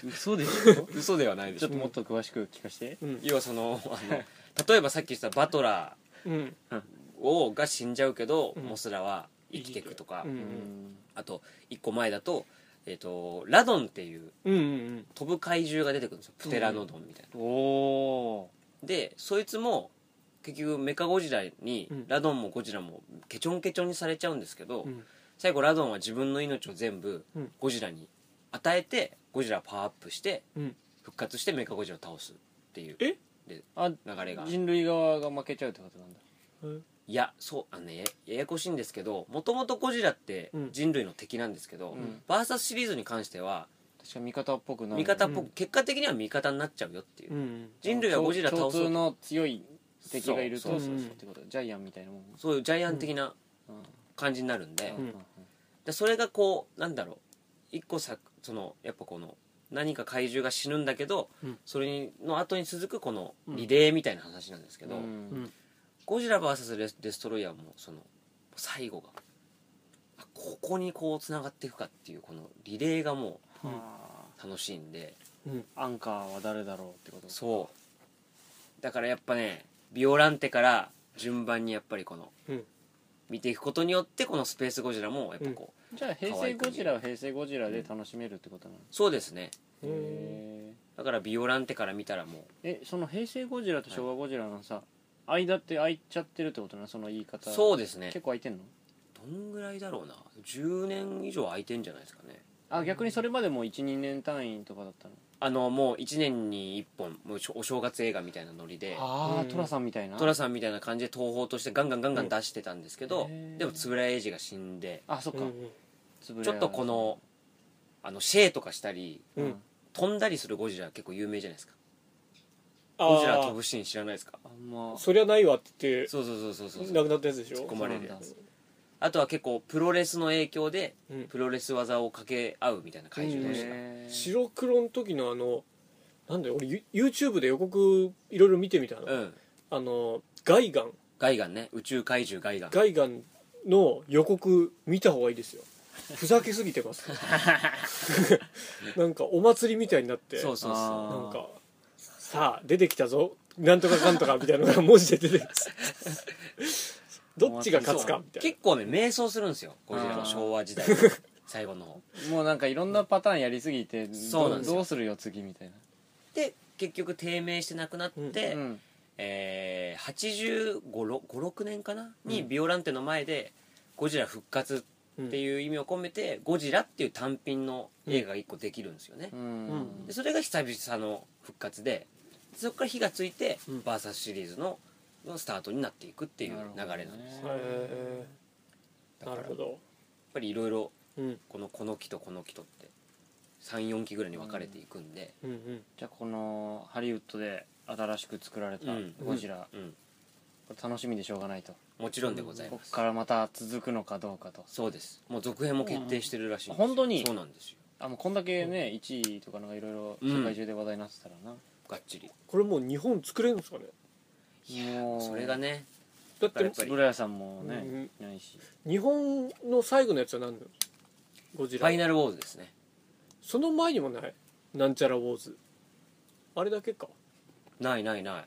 S2: 嘘でしょ
S1: 嘘ではないで
S2: *laughs* ち
S1: し
S2: ょ
S1: ょ
S2: っともっと詳しく聞かせて
S3: うん
S1: 要はそのあの例えばさっき言ったバトラ
S3: うん
S1: ーをが死んじゃうけど、
S3: うん
S1: モスラは生きていくとか、
S3: うん
S1: あと一個前だと,、えっとラドンっていう
S3: うんうん
S1: 飛ぶ怪獣が出てくるんですよプテラノドンみたいな、
S2: おお
S1: でそいつも結局メカゴジラに
S3: うん
S1: ラドンもゴジラもケチョンケチョンにされちゃうんですけど、
S3: うん
S1: 最後ラドンは自分の命を全部
S3: うん
S1: ゴジラに与えてゴジラはパワーアップして
S3: うん
S1: 復活してメカゴジラを倒すっていう
S3: え
S1: で
S2: あ
S1: 流れが
S2: 人類側が負けちゃうってことなんだ
S1: いやそうあのねやややこしいんですけどもともとゴジラって
S3: うん
S1: 人類の敵なんですけど、
S2: うん
S1: バーサスシリーズに関しては
S2: 確かに味方っぽくなる
S1: 味方っぽ
S3: う
S1: く
S3: ん
S1: 結果的には味方になっちゃうよっていう、
S3: うん
S1: 人類はゴジラ倒
S2: 共
S1: そ
S2: 通
S1: う
S2: の強い敵がいると
S1: そう
S3: そうそうそう
S2: ってことジャイアンみたいなもん
S1: そういうジャイアン的な
S2: うん
S1: 感じになるんで、
S2: うん
S1: でそれがこうなんだろう一個さそのやっぱこの何か怪獣が死ぬんだけど、
S3: うん
S1: それにの後に続くこのリレーみたいな話なんですけど、
S2: うん
S3: うん
S1: ゴジラ VS レスデストロイヤーもその最後があここにこうつながっていくかっていうこのリレーがも
S3: うん
S2: は
S1: う楽しいんで
S2: あアンカーは誰だろうってこと
S1: そうだからやっぱねビオランテから順番にやっぱりこの
S3: うん
S1: 見ていくことによってこのスペースゴジラもやっぱこう、
S2: じゃあ平成ゴジラは平成ゴジラで楽しめるってことなの
S1: そうですね
S3: うん
S2: へ
S1: だからビオランテから見たらもう
S2: ええその平成ゴジラと昭和ゴジラのさ間って空いちゃってるってことなのその言い方
S1: そう
S2: う
S1: ですね
S2: 結構空いてんの
S1: どんぐらいだろうな10年以上空いてんじゃないですかね
S2: あ逆にそれまでも12年単位とかだったの
S1: あのもう1年に1本もうお正月映画みたいなノリで
S2: ああ
S3: うん
S2: 寅さんみたいな
S1: 寅さんみたいな感じで東宝としてガンガンガンガン出してたんですけど、
S2: うんへー
S1: でも円谷英二が死んで
S2: あそっか
S3: うん
S2: つぶれ
S1: ちょっとこのあのシェーとかしたり
S3: うん
S2: うん
S1: 飛んだりするゴジラ結構有名じゃないですか
S3: あー
S1: ゴジラ飛ぶシーン知らないですか
S2: あんま
S3: そりゃないわって
S1: そうそうそうそ
S3: 言
S1: う
S3: って
S1: そう
S3: なくなったやつでし
S1: 突
S3: ょ
S1: っ込まれるや
S2: そ
S1: つ
S2: う
S1: あとは結構プロレスの影響で
S3: うん
S1: プロレス技を掛け合うみたいな怪獣同士が、
S2: へー
S3: 白黒の時のあのなんだよ俺 You- YouTube で予告いろいろ見てみたの、
S1: うん
S3: あのガイガン
S1: ガイガンね宇宙怪獣ガイガン
S3: ガイガンの予告見た方がいいですよふざけすぎてますなんかお祭りみたいになって
S1: そうそうそう
S2: あ
S3: なんかさあ出てきたぞなんとかかんとかみたいなのが文字で出てるどっちが勝つかみたい
S1: 結構ね迷走するんですよゴジラ
S2: あ
S1: の
S2: ー
S1: 昭和時代
S3: *laughs*
S1: 最後の方
S2: もうなんかいろんなパターンやりすぎて
S1: そうな
S2: ど
S1: んですよ
S2: どうするよ次みたい
S1: で結局低迷してなくなって、
S2: な、うん、
S1: えー、856年かなに
S3: うん
S1: ビオランテの前でゴジラ復活
S3: な
S1: っていう意味を込めて、ゴジラっていう単品の映画が1個できるんですよね
S2: う、
S3: うん
S2: ん
S1: で、それが久々の復活でそこから火がついて、
S3: うん
S1: バーサスシリーズののスタートになっていくっていう流れなんです、
S2: なるほどね
S3: へーなるほど
S1: やっぱりいろいろ
S3: うん
S1: このこの木とこの木とって34期ぐらいに分かれていくんで、
S3: うんうん
S2: じゃあこのハリウッドで新しく作られた
S1: うん
S2: ゴジラ、
S1: うん
S2: これ楽しみでしょうがないと
S1: もちろんでござい
S2: こ
S1: ま
S2: こ
S1: す
S2: からまた続くのかどうかと
S1: そうですもう続編も決定してるらしいんですよ
S2: うん本当に
S1: そうなんですよ
S2: あもうこんだけね、1位とかなんかいろいろ
S1: うん
S2: 世界中で話題になってたらな、
S1: がっちり
S3: これもう日本作れるんですかね
S2: もう
S1: それがね
S3: だっ
S1: や
S3: て
S1: っぱり
S2: ブラヤさんもね、
S3: うん
S2: いないし
S3: 日本の最後のやつは何なのゴジ
S1: フ
S3: ラ
S1: ァイナルウォーズですね
S3: その前にもないなんちゃらウォーズあれだけか
S1: ないないない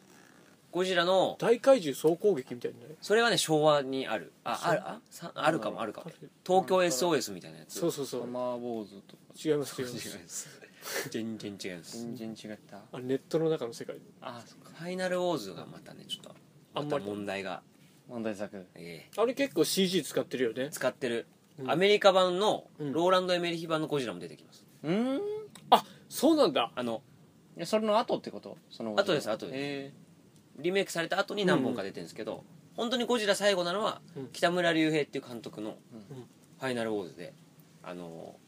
S1: ゴジラの
S3: 大怪獣総攻撃みたいなね
S1: それはね昭和にあるああるあさあるかもあるかも東京 SOS みたいなやつ *laughs*
S3: そうそうそ
S2: サ
S3: う
S2: マーウォーズとか
S3: 違います
S1: 違
S3: 違
S1: い
S3: いま
S1: ますす全然違います
S2: 全然違った
S3: あれネットの中の世界
S2: あそっか
S1: ファイナルウォーズがまたねちょっと
S3: あ
S1: ま
S3: ん
S1: た
S3: まり
S1: 問題が、
S2: 問題作
S1: ええ
S3: あれ結構 CG 使ってるよね
S1: 使ってる、
S3: うん
S1: アメリカ版の
S3: うん
S1: ローランド・エメリヒ版のゴジラも出てきます
S2: うーんい
S3: あそうなんだ
S1: あの
S2: やそれの後ってことその
S1: 後です後です
S2: へ
S1: リメイクされた後に何本か出てるんですけど、本当にゴジラ最後なのは
S3: うん
S1: 北村隆平っていう監督の
S2: うん
S1: 「ファイナルウォーズで」あの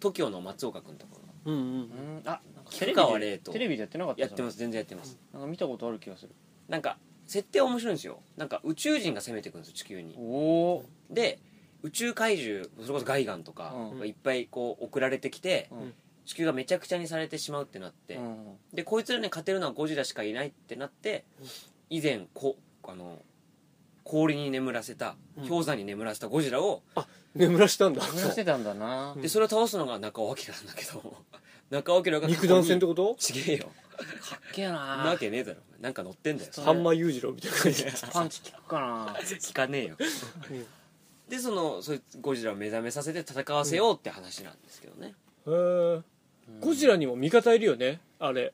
S1: TOKIO の松岡君とかが
S3: うん
S2: ー
S3: う
S2: うんんあなんか
S1: 菊川
S2: で
S1: 怜と
S2: テレビでやってなかった
S1: やってますす全然やってます、
S2: なんか見たことある気がする
S1: なんか設定面白いんですよなんか宇宙人が攻めてくるんですよ地球に
S2: おお
S1: で宇宙怪獣それこそガイガンとか
S2: うん
S1: がいっぱいこう送られてきて、
S2: うん
S1: 地球がめちゃくちゃにされてしまうってなって、でこいつらに勝てるのはゴジラしかいないってなって以前こあの氷に眠らせた氷山に眠らせたゴジラを、
S3: 眠らしたんだ
S2: 眠らしてたんだな
S1: でそれを倒すのが中尾明なんだけど *laughs* 中尾明が
S3: 肉弾戦って
S1: こ
S3: こと
S1: ちげえよ
S2: かっけえ
S1: んなわ
S2: な
S1: けねえだろなんか乗ってんだよ
S2: そう
S3: ハンマー裕次郎みたいな感じ
S2: パンチ効くかな
S1: 聞かねえよでそのそいつゴジラを目覚めさせて戦わせようって話なんですけどね、
S3: へーゴジラにも味方いるよねあれ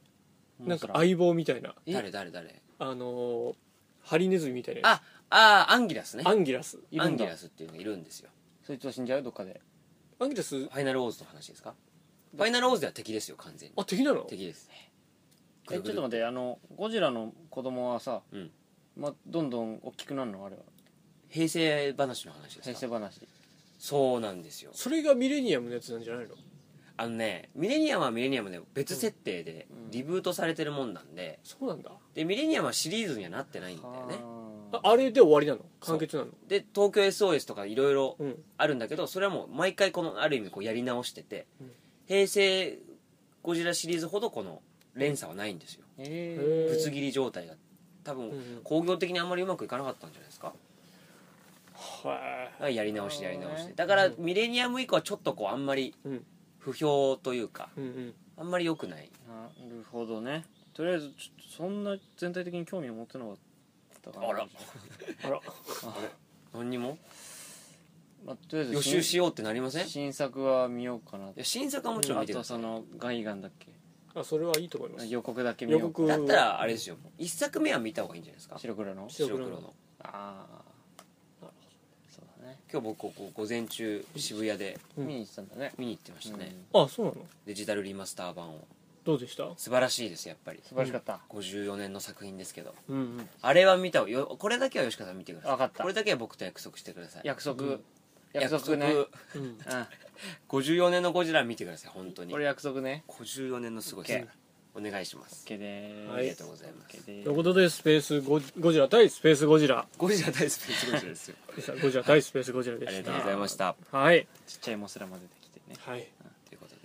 S3: なんか相棒みたいな
S2: え
S1: 誰誰誰
S3: あのーハリネズミみたいなや
S1: ああーアンギラスね
S3: つアンギラス
S2: い
S1: ア
S2: る
S1: ン
S2: ん
S1: ギ
S2: だ
S1: ラスっていうのがいるんですよ
S2: そいつは死んじゃうどっかで
S3: アンギラス
S1: ファイナルウォーズの話ですかファイナルウォーズでは敵ですよ完全に
S3: あ敵なの
S1: 敵ですね
S2: えちょっと待ってあのゴジラの子供はさ、
S1: うん
S2: ま、どんどん大きくなるのあれは
S1: 平成話の話で
S2: 平
S1: す
S2: 成
S1: か
S2: 話
S1: そうなんですよ
S3: それがミレニアムのやつなんじゃないの
S1: あのねミレニアムはミレニアムで別設定で
S2: うん
S1: リブートされてるもんなんで
S3: そうなんだ
S1: でミレニアムはシリーズにはなってないんだよね
S3: ああれで終わりなの完結なの
S1: で東京 SOS とかいろいろ
S3: うん
S1: あるんだけどそれはもう毎回このある意味こうやり直してて、
S3: うん
S1: 平成ゴジラシリーズほどこの連鎖はないんですよ
S2: え
S3: へ
S1: ぶ
S3: ー
S1: つ切り状態が
S3: う
S1: 多
S3: んう
S1: 分
S3: ん
S1: 工業的にあんまりうまくいかなかったんじゃないですか
S3: は
S1: はいやり直してやり直して
S2: うん
S1: だからミレニアム以降はちょっとこうあんまり
S3: いうん
S1: 不評というか
S3: うんうん
S1: あんまり良くない
S2: なるほどねとりあえずちょっとそんな全体的に興味を持ってなかったかな
S1: あら
S3: あら
S1: 何にも
S2: まあ、とりあえず
S1: 予習しようってなりませんい
S2: 新作は見ようかなと
S1: や新作はもちろん
S2: あ
S1: 見てく
S2: と
S1: ださ
S2: そ
S1: い
S2: のガイガンだっけ
S3: あそれはいいと思います
S2: 予告だけ見ようか
S3: 予
S1: だ
S3: 告
S1: ったらあれですよ一作目は見た方がいいんじゃないですか
S2: 白黒の
S1: 白
S3: 白
S1: 黒
S3: 黒
S1: の
S3: の
S2: ああそうだね、
S1: 今日僕ここ午前中渋谷で
S3: うん
S2: 見に行ってたんだね
S1: 見に行ってましたね、
S2: うん
S3: あそうなの
S1: デジタルリマスター版を
S3: どうでした
S1: 素晴らしいですやっぱり
S2: 素晴らしかった、
S1: 54年の作品ですけど
S3: うんうん
S1: あれは見た方よこれだけは吉川さん見てください
S2: わかった
S1: これだけは僕と約束してください
S2: 約束、
S3: うん
S2: 約束ね
S1: 約
S3: うん
S2: うん
S1: 54年のゴジラ見てください本当に
S2: これ約束ね
S1: 54年のすごいですお願いします
S2: OK でーす、
S3: はい
S1: ありがとうございます
S2: OK でーす
S3: ということでスペースゴジゴジラ対スペースゴジラ
S1: ゴジラ大好きゴジラですよ
S3: でしたゴジラ対スペースゴジラで
S1: あり
S3: し
S1: がと
S3: た
S1: うございました
S3: はい
S2: ちっちゃいモスラまでできてね
S3: はい
S1: ということで、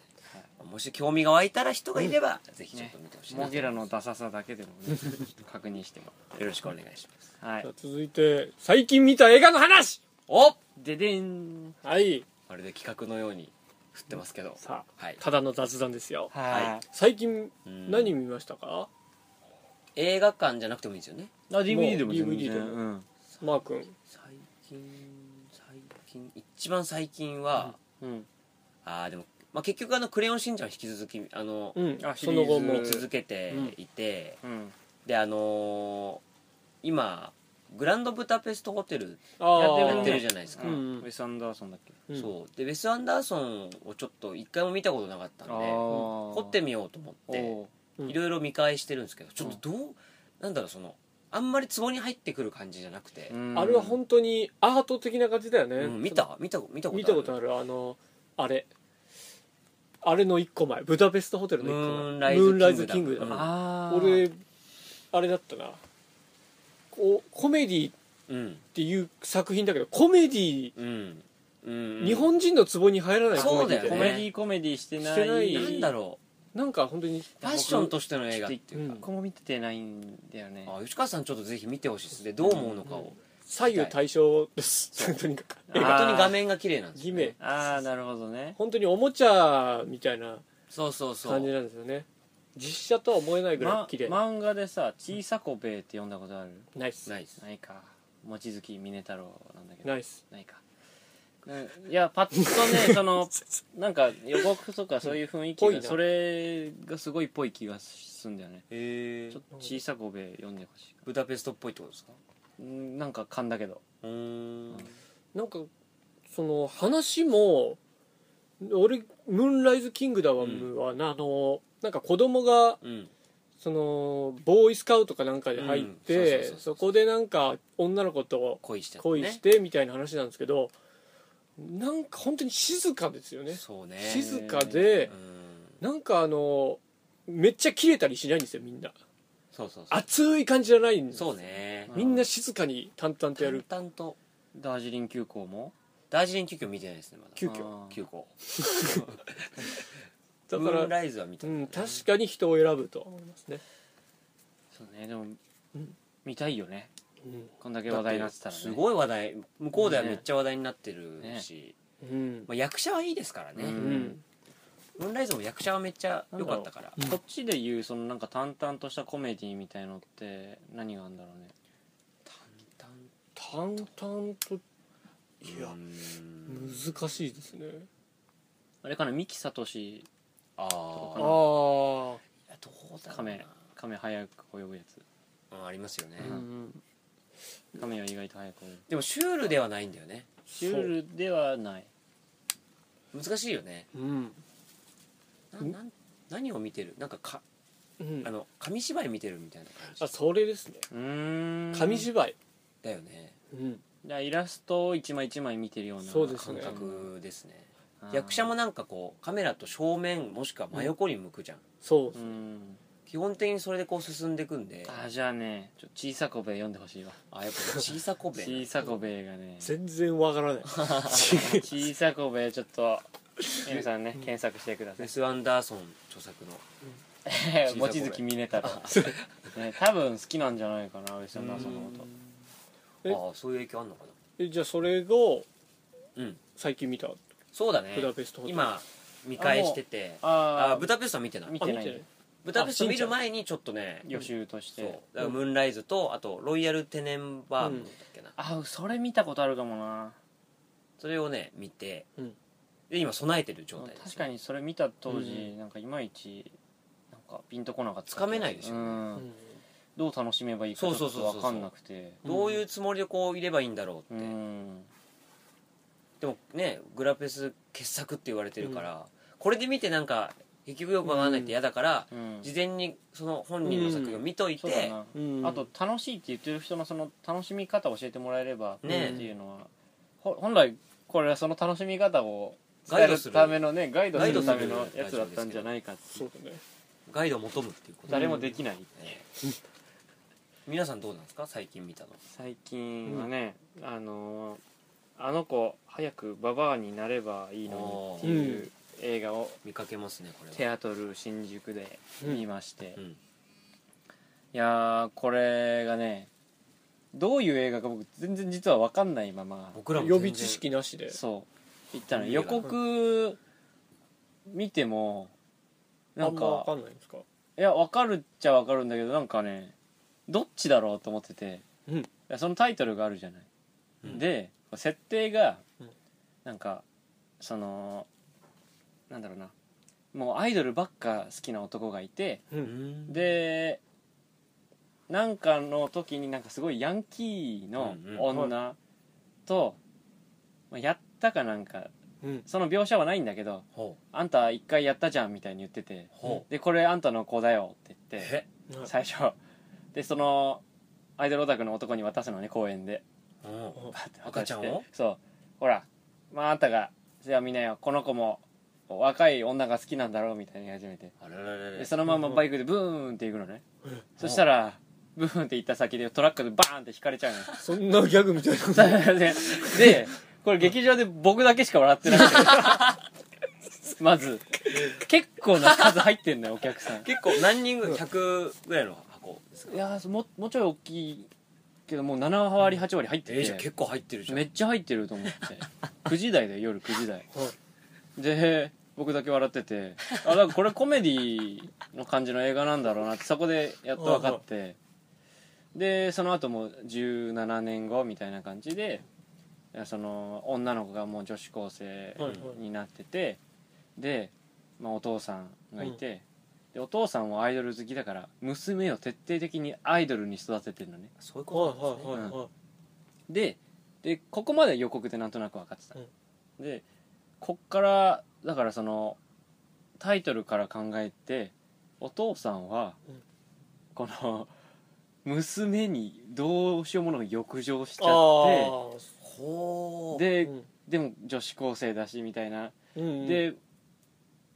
S2: は
S1: もし興味が湧いたら人がいれば、ぜひちょっと見てほしいな
S2: モゲラのダサさだけでもね *laughs* ちょっと確認しても
S1: よろしくお願いします
S2: はい
S3: じゃあ続いて最近見た映画の話
S1: お
S2: ででん
S3: はい
S1: まるで企画のように振ってますけど、
S3: さあ
S1: はい、
S3: ただの雑談ですよ
S1: は
S3: 最近
S1: うん
S3: 何見ましたか
S1: 映画館じゃなくてもいいですよね
S2: あ DVD でも全
S3: DVD で
S2: 然
S3: も
S2: うん
S3: マー君
S1: 最近最近一番最近は、
S2: うん
S1: ああでも、まあ、結局あの「クレヨンしんちゃん」は引き続きあの、
S3: うん
S2: あ
S3: その後も
S2: シリー
S1: 見
S2: ズ
S1: 続けていて、
S2: うん
S1: であのー今グランドブダペストホテル
S3: あ
S2: や
S1: や
S2: っ
S1: って
S2: て
S1: る
S2: る
S1: じゃないですか、
S3: うん
S2: ウェス・アンダーソンだっけ
S3: うん
S1: そうでウェス・アンダーソンをちょっと一回も見たことなかったんで掘ってみようと思って
S2: お
S3: うん
S1: いろいろ見返してるんですけどちょっとどう、なんだろうそのあんまり壺に入ってくる感じじゃなくて、
S2: ー
S3: あれは本当にアート的な感じだよね、
S1: うん見た見た見たことある
S3: 見たことあるあのあれあれの一個前ブダペストホテルの一個前
S1: ムーンライズキングダ
S3: ムーンライズキングだ、
S1: ムうん
S2: あー
S3: 俺あれだったなこうコメディっ
S1: うん
S3: ていう作品だけどコメディ、
S1: うんうん
S3: 日本人の壺に入らない
S1: そ
S3: コ
S1: う
S3: メデ
S1: だ
S3: ィ
S1: よ
S3: で、
S1: ね
S2: コメディコメディしてない
S3: してない
S1: なんだろ
S3: なんか本当に
S1: うファッションとしての映画って
S3: う
S1: いうん
S2: ここも見ててないんだよね
S1: か、あ吉川さんちょっとぜひ見てほしいですでどう思うのかを、
S3: 左右対称ですとにかく
S2: うん
S1: 本当に画面が綺麗なんです
S3: 偽
S1: よ、
S3: 名
S1: ね、
S2: ああなるほどね
S3: 本当におもちゃみたいな
S1: そうそうそ
S3: 感じ
S1: う
S3: なんですよね実写とは思えないぐら
S2: ま
S3: い綺麗、
S2: 漫画でさ「小さこべえ」って読んだことある
S3: ナイス
S1: ないです
S2: ないか望月峰太郎なんだけど
S3: ナイス
S2: ないかないやパッと
S3: *laughs*
S2: ねそのなんか予告とかそういう雰囲気
S3: ぽい
S2: が
S3: な
S2: それがすごいっぽい気がすんだよね
S1: へえ
S2: ちょっと小さこべ読んでほしい
S1: ブダペストっぽいってことですか
S2: うんなんか勘だけど
S1: うーん
S3: なんかその話も俺「ムーンライズ・キングダムはな」あのなんか子供が
S1: うん
S3: そのボーイスカウトかなんかで入っ
S1: うんそうそうそう
S3: て
S1: そう
S3: そこでなんか女の子と
S1: 恋して
S3: 恋してみたいな話なんですけどなんか本当に静かですよね
S1: そうね
S3: 静かで
S1: うん
S3: なんかあのめっちゃ切れたりしないんですよみんな
S1: そうそうそう
S3: 熱い感じじゃないんです
S1: そうね
S3: みんな静かに淡々とやる
S1: 淡々と
S2: ダージリン急行も
S1: ダージリン急遽見てないですねまだ
S3: 急遽
S2: あー
S1: 急行
S3: だ
S1: ムーン
S3: から
S1: ライズは見た
S3: う
S1: ことない
S3: ん確かに人を選ぶとは思いますね
S2: そうねでも
S3: うん
S2: 見たいよねこんだけ話題になってたらね
S1: すごい話題向こうではめっちゃ話題になってるし、
S3: うん
S1: まあ、役者はいいですからね、
S2: うん
S3: うん
S1: ムーンライズも役者はめっちゃ良かったから
S3: うん
S2: こっちで言うそのなんか淡々としたコメディみたいのって何があるんだろうね
S1: 淡
S3: 淡々といや
S1: 々うん
S3: 難しいですね
S2: あれかな三木聡
S1: あ
S3: ああー
S1: あどうだろう
S2: 亀
S1: な
S2: 亀早く泳ぐやつ
S1: うんありますよね、
S3: うん
S2: 亀は意外と早く泳ぐ
S1: でもシュールではないんだよね
S2: シュールではない
S1: 難しいよね
S3: うん
S1: な
S3: うん
S1: なん何を見てるなんかか
S3: うん
S1: あの紙芝居見てるみたいな感
S3: あ
S1: じ
S3: それですね
S2: うーん
S3: 紙芝居
S1: だよね
S3: うん
S2: だからイラストを一枚一枚見てるような
S3: そうです
S1: 感
S3: ね
S1: 覚ですね
S2: あー
S1: 役者もなんかこうカメラと正面もしくは真横に向くじゃん、
S3: そうう
S2: ーん
S1: 基本的にそれでこう進んでいくんで
S2: あじゃあねちょっと小さこべ読んでほしいわ
S1: あやっぱ小さこべ
S2: 小さこべがね
S3: 全然わからない
S2: 小さこべちょっと M さんね検索してくださ
S1: ウ
S2: い
S1: ス・アンダーソン著作の小さこべ
S2: 望月峰太郎ね多分好きなんじゃないかなウエスタンダーソンのこと
S3: え
S1: ああそういう影響あんのかな
S3: えじゃあそれを
S1: うん
S3: 最近見た
S1: そうだね
S3: ブダペストホテル
S1: 今見返しててあ
S2: あ
S1: あブダペストは見てない
S2: 見
S3: あ
S2: て
S3: 見
S2: ない
S3: て
S1: ブダペスト見る前にちょっとね
S2: 予習とし
S1: そう
S2: て
S1: だからムーンライズとあとロイヤル・テネンバームだっけな、
S2: あそれ見たことあるかもな
S1: それをね見て、
S3: うん
S1: で今備えてる状態です
S2: 確かにそれ見た当時なんかいまいちなんかピンとこなかった
S1: つかめないですよね
S2: うん
S3: ないうん
S2: どう楽しめばいいかち
S1: そ
S2: ょ
S1: う
S2: っと
S1: そうそうそ
S2: 分
S1: う
S2: かんなくて
S1: どういうつもりでこういればいいんだろう
S2: う
S1: って、
S2: ん
S1: でもねグラペス傑作って言われてるから、これで見てなんか結局よくわからないって嫌だから、
S2: うん
S1: 事前にその本人の作品を見とい
S2: そうだ
S1: て、
S2: な
S3: うん
S2: あと楽しいって言ってる人のその楽しみ方を教えてもらえればって
S1: ね
S2: いうのは、ほ本来これはその楽しみ方を伝
S1: ガ
S2: え
S1: イド
S2: る
S1: する
S2: ためのねガイドするため
S1: ガ
S2: の
S1: イドする
S2: やつだったんじゃないかって
S3: そうだね
S1: ガイドを求むっていうこと
S2: 誰もできない、
S1: ね皆さんどうなんですか最近見たの
S2: 最近はね、あのーあの子早くババアになればいいのにっていうう映画を
S1: 見かけますねこれ
S2: テ
S1: は
S2: アトル新宿で見まして、
S1: う
S2: い
S1: ん
S2: やーこれがねどういう映画か僕全然実は分かんないまま
S1: 僕らも
S3: 予備知識なしで
S2: そう言ったの
S1: 見
S2: 予
S1: れば
S2: 告見てもな
S3: あ
S2: ん
S3: んまわ
S2: か
S3: かんないんですか
S2: いや分かるっちゃ分かるんだけどなんかねどっちだろうと思ってて、
S3: うん
S2: いやそのタイトルがあるじゃない、
S1: うん
S2: で設定が、
S3: うん
S2: なんかそのなんだろうなもうアイドルばっか好きな男がいて
S1: 全然
S2: でなんかの時になんかすごいヤンキーの女と、まあやったかなんか
S3: うん
S2: その描写はないんだけど
S1: ほ
S2: 「あんた一回やったじゃん」みたいに言ってて
S1: うほ
S2: 「でこれあんたの子だよ」って
S1: う
S2: 言って
S1: え
S3: はい
S2: 最初でそのアイドルオタクの男に渡すのね公園で
S1: うん
S2: バッて渡して
S1: *laughs* 赤ちゃんを
S2: そうほらまああんたがじゃあみんなよこの子も若い女が好きなんだろうみたいに言い始めて
S1: あれれれ
S2: で
S1: れ
S2: そのままバイクでブーンって行くのね
S3: うん
S2: そしたらブーンって行った先でトラックでバーンって引かれちゃうの
S3: そんなギャグみたいなこと
S2: で *laughs* でこれ劇場で僕だけしか笑ってな
S1: *laughs*
S2: くてまず結構な数入ってんのよお客さん
S1: 結構何人ぐらい100ぐらいの箱ですか
S2: いやーももうちょい大きいけどもう7割8割入って
S1: え
S2: て、
S1: ーじゃあ結構入ってるじゃん
S2: めっちゃ入ってると思って9時台だよ夜9時台
S3: は
S2: で僕だけ笑っててあだからこれコメディの感じの映画なんだろうなってそこでやっと分かってでその後も17年後みたいな感じでいやその女の子がもう女子高生
S3: はいはい
S2: になっててで、まあ、お父さんがいて、でお父さんはアイドル好きだから娘を徹底的にアイドルに育ててるのね
S1: そういう
S3: は
S1: こ
S3: い
S1: となん
S3: はいは
S1: ですね
S3: いはい
S2: ででここまで予告でなんとなく分かってた、でこっからだからそのタイトルから考えてお父さんは、
S3: うん
S2: この娘にどうしようもない欲情しち
S3: あ
S2: ゃ
S1: ほ
S2: っ
S1: う
S2: て
S3: ー
S2: で、でも女子高生だしみたいな、
S3: うん
S2: で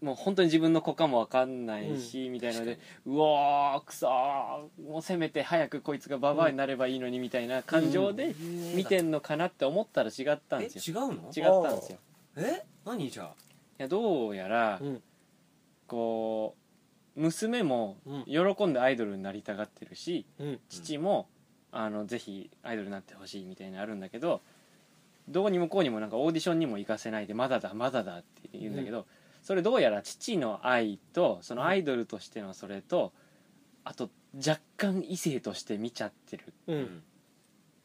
S2: もう本当に自分の子かも分かんないし、みたいのでうわーくそーもうせめて早くこいつがババアになればいいのにみたいな感情で見てんのかなって思ったら違ったん
S1: え
S2: ですよ
S1: 違うの
S2: 違ったんですよ
S1: え何じゃあ
S2: いやどうやら、
S3: うん
S2: こう娘も
S3: うん
S2: 喜んでアイドルになりたがってるし、
S3: うん
S2: 父もあのぜひアイドルになってほしいみたいなのあるんだけどどうにもこうにもなんかオーディションにも行かせないでまだだまだだって言うんだけど、それどうやら父の愛とそのアイドルとしてのそれと、あと若干異性として見ちゃってる
S3: う
S1: うんん
S2: っ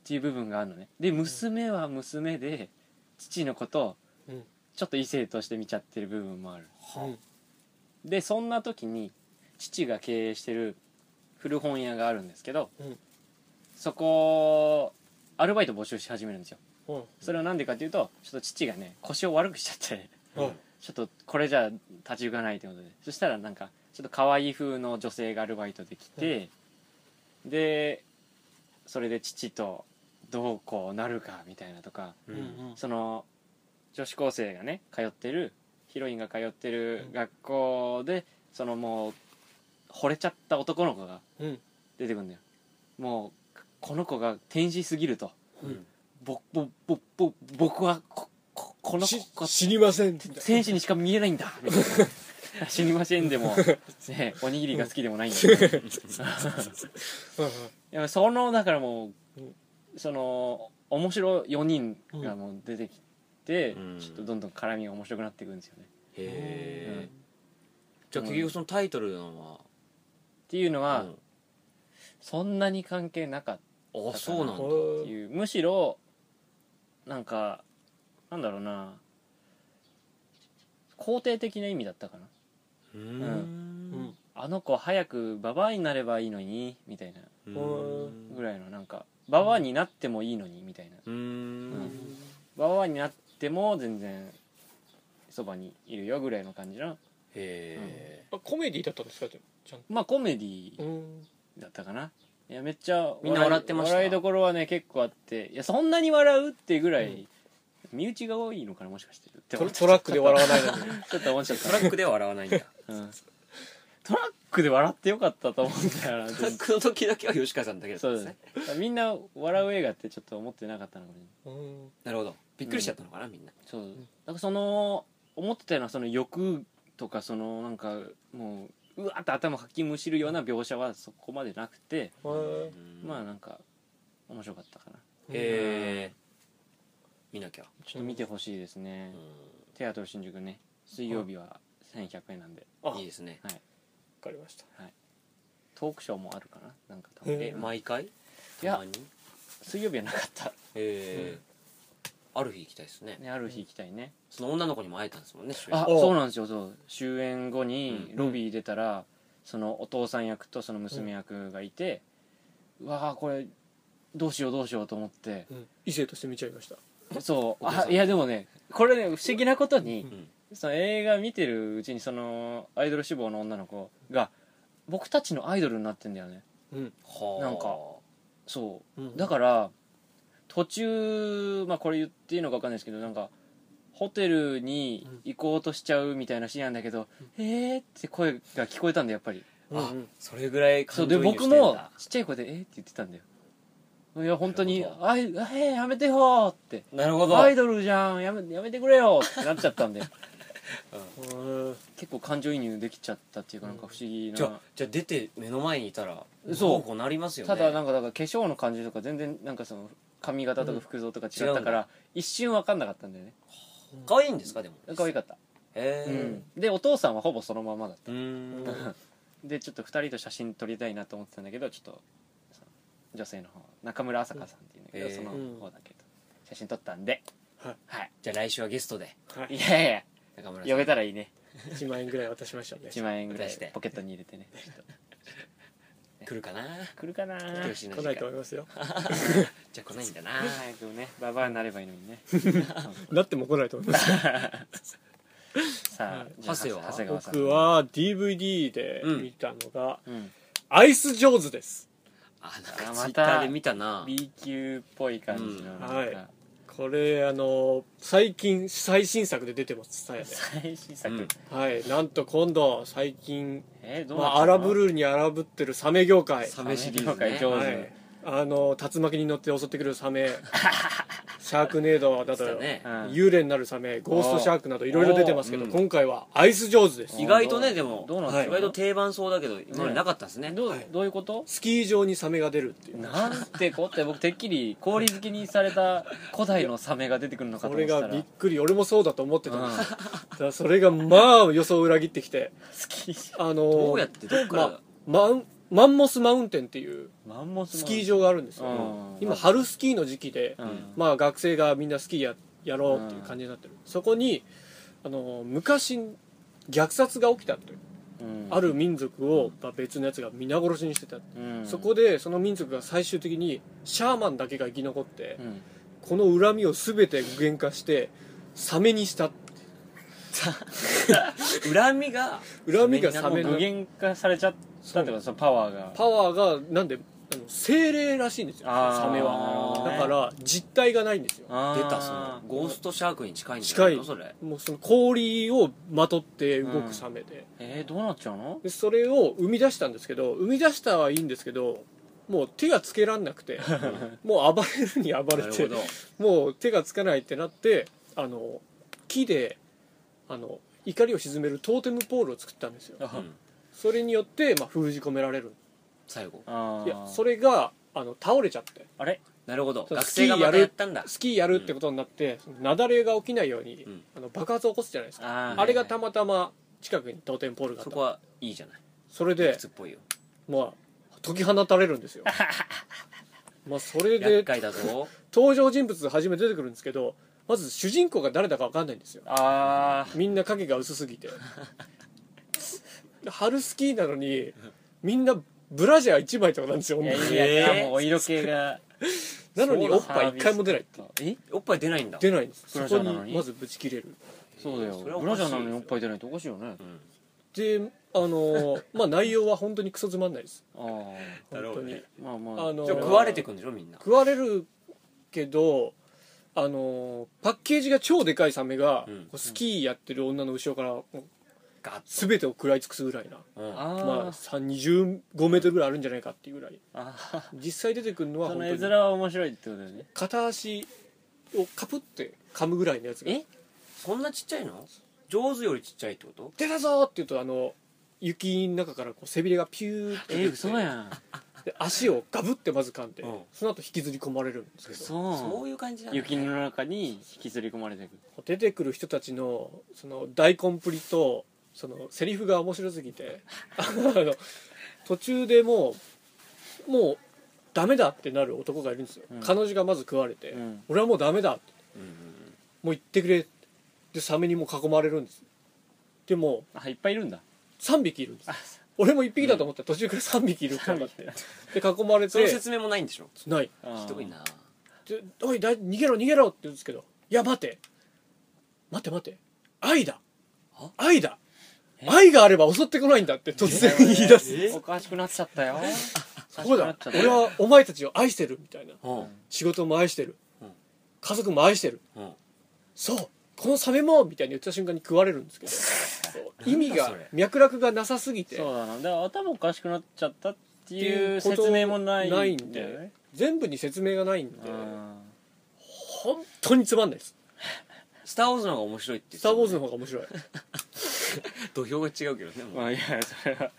S2: ていう部分があるのねで娘は娘で父のことを
S3: うん
S2: ちょっと異性として見ちゃってる部分もある
S3: うん
S2: でそんな時に父が経営してる古本屋があるんですけど、
S3: うん
S2: そこアルバイト募集し始めるんですよ
S3: うん
S2: それはなんでかっていうとちょっと父がね腰を悪くしちゃって
S3: うん
S2: ちょっとこれじゃ立ち行かないってことでそしたらなんかちょっと可愛い風の女性がアルバイトできて、でそれで父とどうこうなるかみたいなとか
S1: うん
S3: うん
S2: その女子高生がね通ってるヒロインが通ってる学校で、そのもう惚れちゃった男の子が
S3: うん
S2: 出てくるんだよもうこの子が天使すぎるとぼぼぼぼ僕はこここの
S3: し
S2: 子
S3: 知りませんみたいな
S2: 天使にしか見えないんだみたいな死にませんでも、ね、おにぎりが好きでもないんだけど
S3: うん
S2: いやそのだからもう、
S3: うん
S2: その面白い4人がもう出てきて、
S1: うん
S2: ちょっとどんどん絡みが面白くなっていくんですよね。
S1: へ
S2: う
S1: え
S2: ん
S1: じゃあ結局そのタイトルの
S2: っていうの
S1: は
S2: は、
S1: うん
S2: そんなに関係なかっ
S1: あそうなんだ
S2: たって
S3: うん
S2: いうむしろなんかなんだろうな肯定的な意味だったかな
S1: う
S3: うん
S1: ん
S2: あの子早くババアになればいいのにみたいな
S1: うん
S2: ぐらいのなんかババアになってもいいのにみたいなう
S1: う
S2: ん
S1: ん
S2: ババアになっても全然そばにいるよぐらいの感じの
S1: へえ
S3: あコメディだったんですかじゃあちゃん
S2: まあコメディ
S3: とうん
S2: だったかないやめっちゃ
S1: みんな笑ってました
S2: 笑いどころはね結構あっていやそんなに笑うってぐらい、身内が多いのかなもしかしてって
S3: ト
S2: 思っ
S3: ラ
S2: ち
S3: トラックで笑わないのに
S2: ょっと思 *laughs* っちゃっ
S1: トラックでは笑わ *laughs* ないんだ
S2: た、うんトラックで笑ってよかったと思うんだよな
S1: トラックの時だけは吉川さんだけだった
S2: そ
S1: ん
S2: う
S1: で
S2: ですすね
S1: ね
S2: みんな笑う映画ってちょっと思ってなかったのかもしれない
S3: うん
S1: なるほどびっくりしちゃったのかなみんな
S2: そうなんかその思ってたようなその欲とかそのなんかもううわーって頭かきむしるような描写はそこまでなくて、
S3: うん
S2: まあなんか面白かったかな
S1: へえ見なきゃ
S2: ちょっと見てほしいですね、テアトル新宿ね水曜日は1100円なんで
S3: あ
S1: うんいい
S3: 分
S1: ですね
S3: かりました
S2: トークショーもあるかななんか多
S3: うん
S2: 分
S1: え毎回
S2: いや
S1: たまに
S2: 水曜日はなかった、
S1: えある日行きたいですね
S2: ね、ある日行きたいね、
S1: その女の子にも会えたんですもんね主演
S2: あ
S3: お
S2: そうなんですよそう終演後に
S1: うん
S2: ロビー出たら、そのお父さん役とその娘役がいて、うわあこれどうしようどうしようと思って
S3: うん異性として見ちゃいました
S2: そう
S1: お父さ
S2: あ
S1: ん
S2: いやでもねこれね不思議なことに、
S1: ん
S2: その映画見てるうちにそのアイドル志望の女の子が僕たちのアイドルになってんだよね
S3: うん
S1: はあ
S2: なんかそう
S3: うん
S2: だから途中まあこれ言っていいのか分かんないですけどなんかホテルに行こうとしちゃうみたいなシーンなんだけど「えー」って声が聞こえたんだやっぱり
S1: あ
S3: うんうん
S1: それぐらい
S2: そう
S1: 感
S2: で
S1: 情移入
S2: 僕
S1: してんだ
S2: もちっちゃい声で「えー」って言ってたんだよいや本当に
S1: なる
S2: 「あいあえー、やめてよ」って
S1: なる
S2: 「
S1: ほど
S2: アイドルじゃんやめやめてくれよ」ってなっちゃったんで
S3: うん
S2: 結構感情移入できちゃったっていうかなんか不思議
S1: じゃあ
S2: な、
S1: じゃあ出て目の前にいたら
S2: そう
S1: こうなりますよね
S2: ただなんかだから化粧の感じとか全然なんかその髪型とか服装とか違ったから一瞬分かんなかったんだよね
S1: 可愛いんですかでも
S2: 可愛かった
S1: へえ
S2: うんでお父さんはほぼそのままだった
S1: うーん
S2: *laughs* でちょっと2人と写真撮りたいなと思ってたんだけどちょっとその女性の方中村朝香さんっていうんだけど、
S1: うん
S2: その
S3: えー
S2: 方だけど写真撮ったんで
S3: はい
S2: はい、
S1: じゃあ来週はゲストで
S3: はい
S2: い、やいや
S1: 中村さん
S2: 呼べたらいいね
S3: 1万円ぐらい渡しましたね
S2: 1万円ぐら
S1: 渡して
S2: いポケットに入れてねちょっと
S1: 来るかな
S2: 来るかな
S1: 来てほしいな
S3: 来ないと思いますよ
S1: じゃあ来ないん
S2: *laughs*
S1: だな
S2: 早くねババアになればいいのにね
S3: なっても来ないと思います
S2: さあ、じゃあ
S1: 長谷は
S2: 長谷川さん
S3: 僕は DVD で見たのが
S2: うん
S3: 「アイス上手」です
S1: あ
S2: あ
S1: な
S2: ま
S1: んか
S2: た
S1: ツイッターで見たな
S2: B 級っぽい感じのなんか、
S3: うんはいこれあの最近最新作で出てますさやで
S2: 最新作、
S1: うん
S3: はいなんと今度最近、
S2: えーどう
S3: ま
S2: なっ
S3: あ、
S2: たの
S3: 荒ぶるに荒ぶってるサメ業界
S1: サメシリーズ
S2: サメ業界上
S1: ね
S2: 手
S3: はいあの竜巻に乗って襲ってくるサメシャークネードだと
S1: そうだね
S3: 幽霊になるサメゴーストシャークなどいろいろ出てますけど
S1: うん
S3: 今回はアイス上手です
S1: 意外とねでも
S2: どうなん
S3: です
S1: 意
S3: か
S1: 外と定番そうだけど今までなかったんですね
S2: どう
S3: はい
S2: どういうこと
S3: スキー場にサメが出るっていう
S2: なんてこって僕てっきり氷漬けにされた古代のサメが出てくるのか
S3: こ
S2: と思っ
S3: れ
S2: てた
S3: が
S2: ら
S3: びっくり俺もそうだと思ってたんです
S2: うん
S3: ただそれがまあ予想を裏切ってきて
S2: 好き
S3: あのー
S1: どうやってどっから
S3: まマンマンモスマウンテンっていう
S2: マンモス
S3: スキー
S2: 場
S3: 場があるんですよ、
S2: うん
S3: 今春スキーの時期で、
S2: うん
S3: まあ学生がみんなスキーややろうっていう感じになってる、そこにあのー昔虐殺が起きたという、ある民族を、まあ、別のやつが皆殺しにしてた、そこ
S2: で
S3: でその民族が最終的にシャーマンだけが生き残って、この恨みを全て具現化してサメにした
S1: 恨みが
S3: 恨みがサメ
S2: 無
S3: の
S2: 限化されちゃったってことそのパワーが
S3: パワーがなんであの精霊らしいんですよ
S2: あー
S3: サメは
S1: な
S3: だ
S1: るほどね
S3: から実体がないんですよ
S2: あ
S1: 出
S2: ー
S1: たそのゴーストシャークに近いんじゃないの
S3: 近い
S1: それ
S3: もうその氷をまとって動くサメで,、
S2: えーどうなっちゃうの
S3: でそれを生み出したんですけど生み出したはいいんですけどもう手がつけらんなくてもう暴れるに暴れ
S1: なるほ
S3: て
S1: ど
S3: もう手がつかないってなってあの木であの怒りを鎮めるトーテムポールを作ったんですよ
S1: うん
S3: それによって、まあ、封じ込められる
S1: 最後
S2: あ
S3: い
S2: ー
S3: やそれがあの倒れちゃって
S2: あれ
S1: なるほど
S3: そう
S1: 学生がまたやったんだ
S3: スキーやるってことになって、その雪崩が起きないように、
S1: うん
S3: あの爆発を起こすじゃないですか
S2: あー
S3: あれが
S2: はい
S3: たまたま近くにトーテンポールがあっ
S1: そ
S3: た
S1: こはいいじゃない
S3: それ
S1: 理
S3: で
S1: 屈っぽいよ
S3: まあ解き放たれるんです
S2: *laughs*
S3: よまあそれ
S1: 厄
S3: で
S1: 介だぞ
S3: 登場人物初めて出てくるんですけどまず主人公が誰だか分かんないんですよ
S2: はいあー
S3: みんな影が薄す
S2: *laughs*
S3: ぎて春スキーなのにみんなブラジャー1枚とかなんですよ
S2: いやい
S1: や
S2: や
S1: い
S2: い
S1: や
S2: や、もうお色気が
S3: なのにおっぱい1回も出ないっていう
S2: え
S1: おっぱい出ないんだ
S3: 出ないんです
S2: ブ
S3: そ
S2: ラジャ
S3: こ
S2: ーなのに
S3: にまずぶち切れる
S2: そうだよ
S1: それはお
S2: ブ
S1: かしい
S2: ラジャー
S1: ですよ
S2: なのにおっぱい出ないっておかしいよね
S1: うん
S3: であのーまあ内容は本当にクソつまんないです
S2: ああ
S3: 本
S1: なるほ
S3: 当
S1: ど
S3: に
S1: ね
S2: まあまあ
S3: あのー
S1: じゃあ食われてくんでしょみんな
S3: 食われるけどあのーパッケージが超でかいサメが、
S1: うん
S3: こうスキーやってる女の後ろからもう
S1: ガッ
S3: 全てを食らい尽くすぐらいな
S1: うん
S2: あー、
S3: まあ3 25メートルぐらいあるんじゃないかっていうぐらい
S2: あ
S3: 実際出てくるの
S2: ー
S3: は
S2: そ
S3: 本
S2: の絵
S3: 当
S2: 面
S3: に
S2: は面白いってことだよね
S3: 片足をカプって噛むぐらいのやつが
S1: えそんなちっちゃいの上手よりちっちゃいってこと
S3: 出たぞーって言うとあの雪の中からこう背びれがピューって出
S2: え
S3: てきて
S2: 嘘やん
S3: で足をガブってまず噛んで、
S1: うん
S3: その後引きずり込まれるんですけど
S1: そ
S2: そう
S1: いう感じなんだ
S2: 雪の中に引きずり込まれていく
S3: 出てくる人たちのその大コンプリとそのセリフが面白すぎて *laughs* あの途中でもうもうダメだってなる男がいるんですよ、
S2: うん
S3: 彼女がまず食われて、
S2: うん
S3: 俺はもうダメだって
S1: うんうん
S3: もう行ってくれってでサメにもう囲まれるんですでも
S2: あいっぱいいるんだ
S3: 3匹いるんです
S2: あ
S3: 俺も1匹だと思ったら途中から3匹いるってなってで囲まれ
S1: その
S3: て
S1: 説明もないんでしょ
S3: ない
S1: ひどいな
S3: で「おいだ逃げろ逃げろ」って言うんですけど「いや待て待て待て愛だ
S1: あ
S3: 愛だ
S2: え
S3: 愛があれば襲ってこないんだ」って突然言い出す
S1: え
S2: おかしくなっちゃったよ
S3: 「そうだ
S2: おかしくなっちゃった
S3: 俺はお前たちを愛してる」みたいな
S1: うん
S3: 「仕事も愛してる
S1: うん
S3: 家族も愛してる
S1: うん
S3: そうこのサメも」みたいに言った瞬間に食われるんですけどそう意味
S1: なんだ
S3: が
S1: それ
S3: 脈絡がなさすぎて
S2: そうだなだから頭おかしくなっちゃったっていう
S3: っていうこと
S2: 説明もない
S3: ないん
S2: だよ
S3: で
S2: ね
S3: 全部に説明がないんで
S2: あ
S3: 本当につまんないです
S1: スター・ウォーズの方が面白いって
S3: 「
S1: 言
S3: ス
S1: っ
S3: タ
S1: てた
S3: ー・ウ
S1: もん
S3: ォ
S1: ね
S3: ーズ」の方が面白い
S1: 土俵が違うけどね
S2: ー
S1: も
S2: ま
S1: う
S2: あいやそれは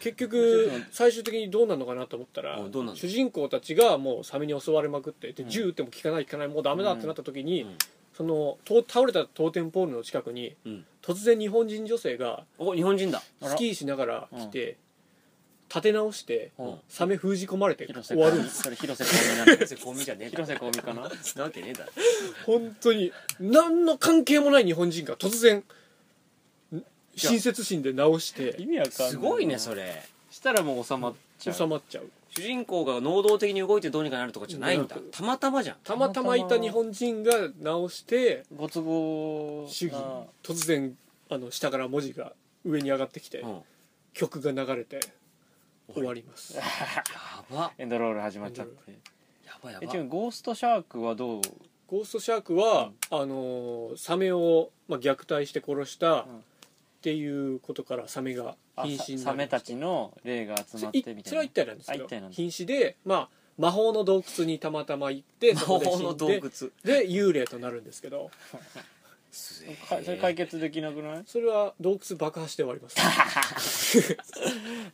S3: 結局最終的にどうなるのかなと思ったら
S1: うんどうなるの
S3: 主人公たちがもうサメに襲われまくってで
S2: うん
S3: 銃撃っても効かない効かないもうダメだってなった時に、
S1: うん
S3: そのと倒れたトーテンポールの近くに
S1: うん
S3: 突然日本人女性が
S1: お日本人だ
S2: あら
S3: スキーしながら来て、立て直して、
S1: うん
S3: サメ封じ込まれて
S2: 広瀬
S3: 終わ
S2: 香
S3: るん
S2: 美
S3: です
S2: それ広瀬
S3: *laughs*
S2: 香美なんだ
S1: 別にコンビじゃ
S2: *laughs*
S1: ねえだろ
S2: 広瀬香美かな
S1: そんなわけねえだろ
S3: 本当に何の関係もない日本人が突然ん親切心で直して
S2: 意味わかんない
S1: すごいねそれ
S2: したらもう収まっちゃう
S3: 収まっちゃう
S1: 主人公が能動的に動いてどうにかなるとかじゃないんだ
S3: なる
S1: たまたまじゃん
S3: たまたまいた日本人が直して
S2: ご都合な
S3: 主義突然あの下から文字が上に上がってきて、
S1: うん
S3: 曲が流れて終わります
S1: やば
S2: エンドロール始まっちゃって
S1: やばや
S2: え
S1: ば
S2: 違うゴーストシャークはどう
S3: ゴーストシャークは、あのーサメを、まあ、虐待して殺したっ
S2: うん
S3: ていうことからサメが
S2: あ
S3: 瀕死にな
S2: サメたちの霊が集まって
S3: い
S2: み
S3: そ
S2: た
S3: れはい一体なんですけ
S2: あ
S3: ど
S2: 一体なんだ
S3: 瀕死でまあ魔法の洞窟にたまたま行って
S1: 魔
S3: そこで
S1: 法
S3: 死
S1: の
S3: ん
S1: 洞
S3: で
S1: 窟
S3: で幽霊となるんですけど
S1: す
S2: かそれ解決できなくない
S3: それは洞窟爆破して終わります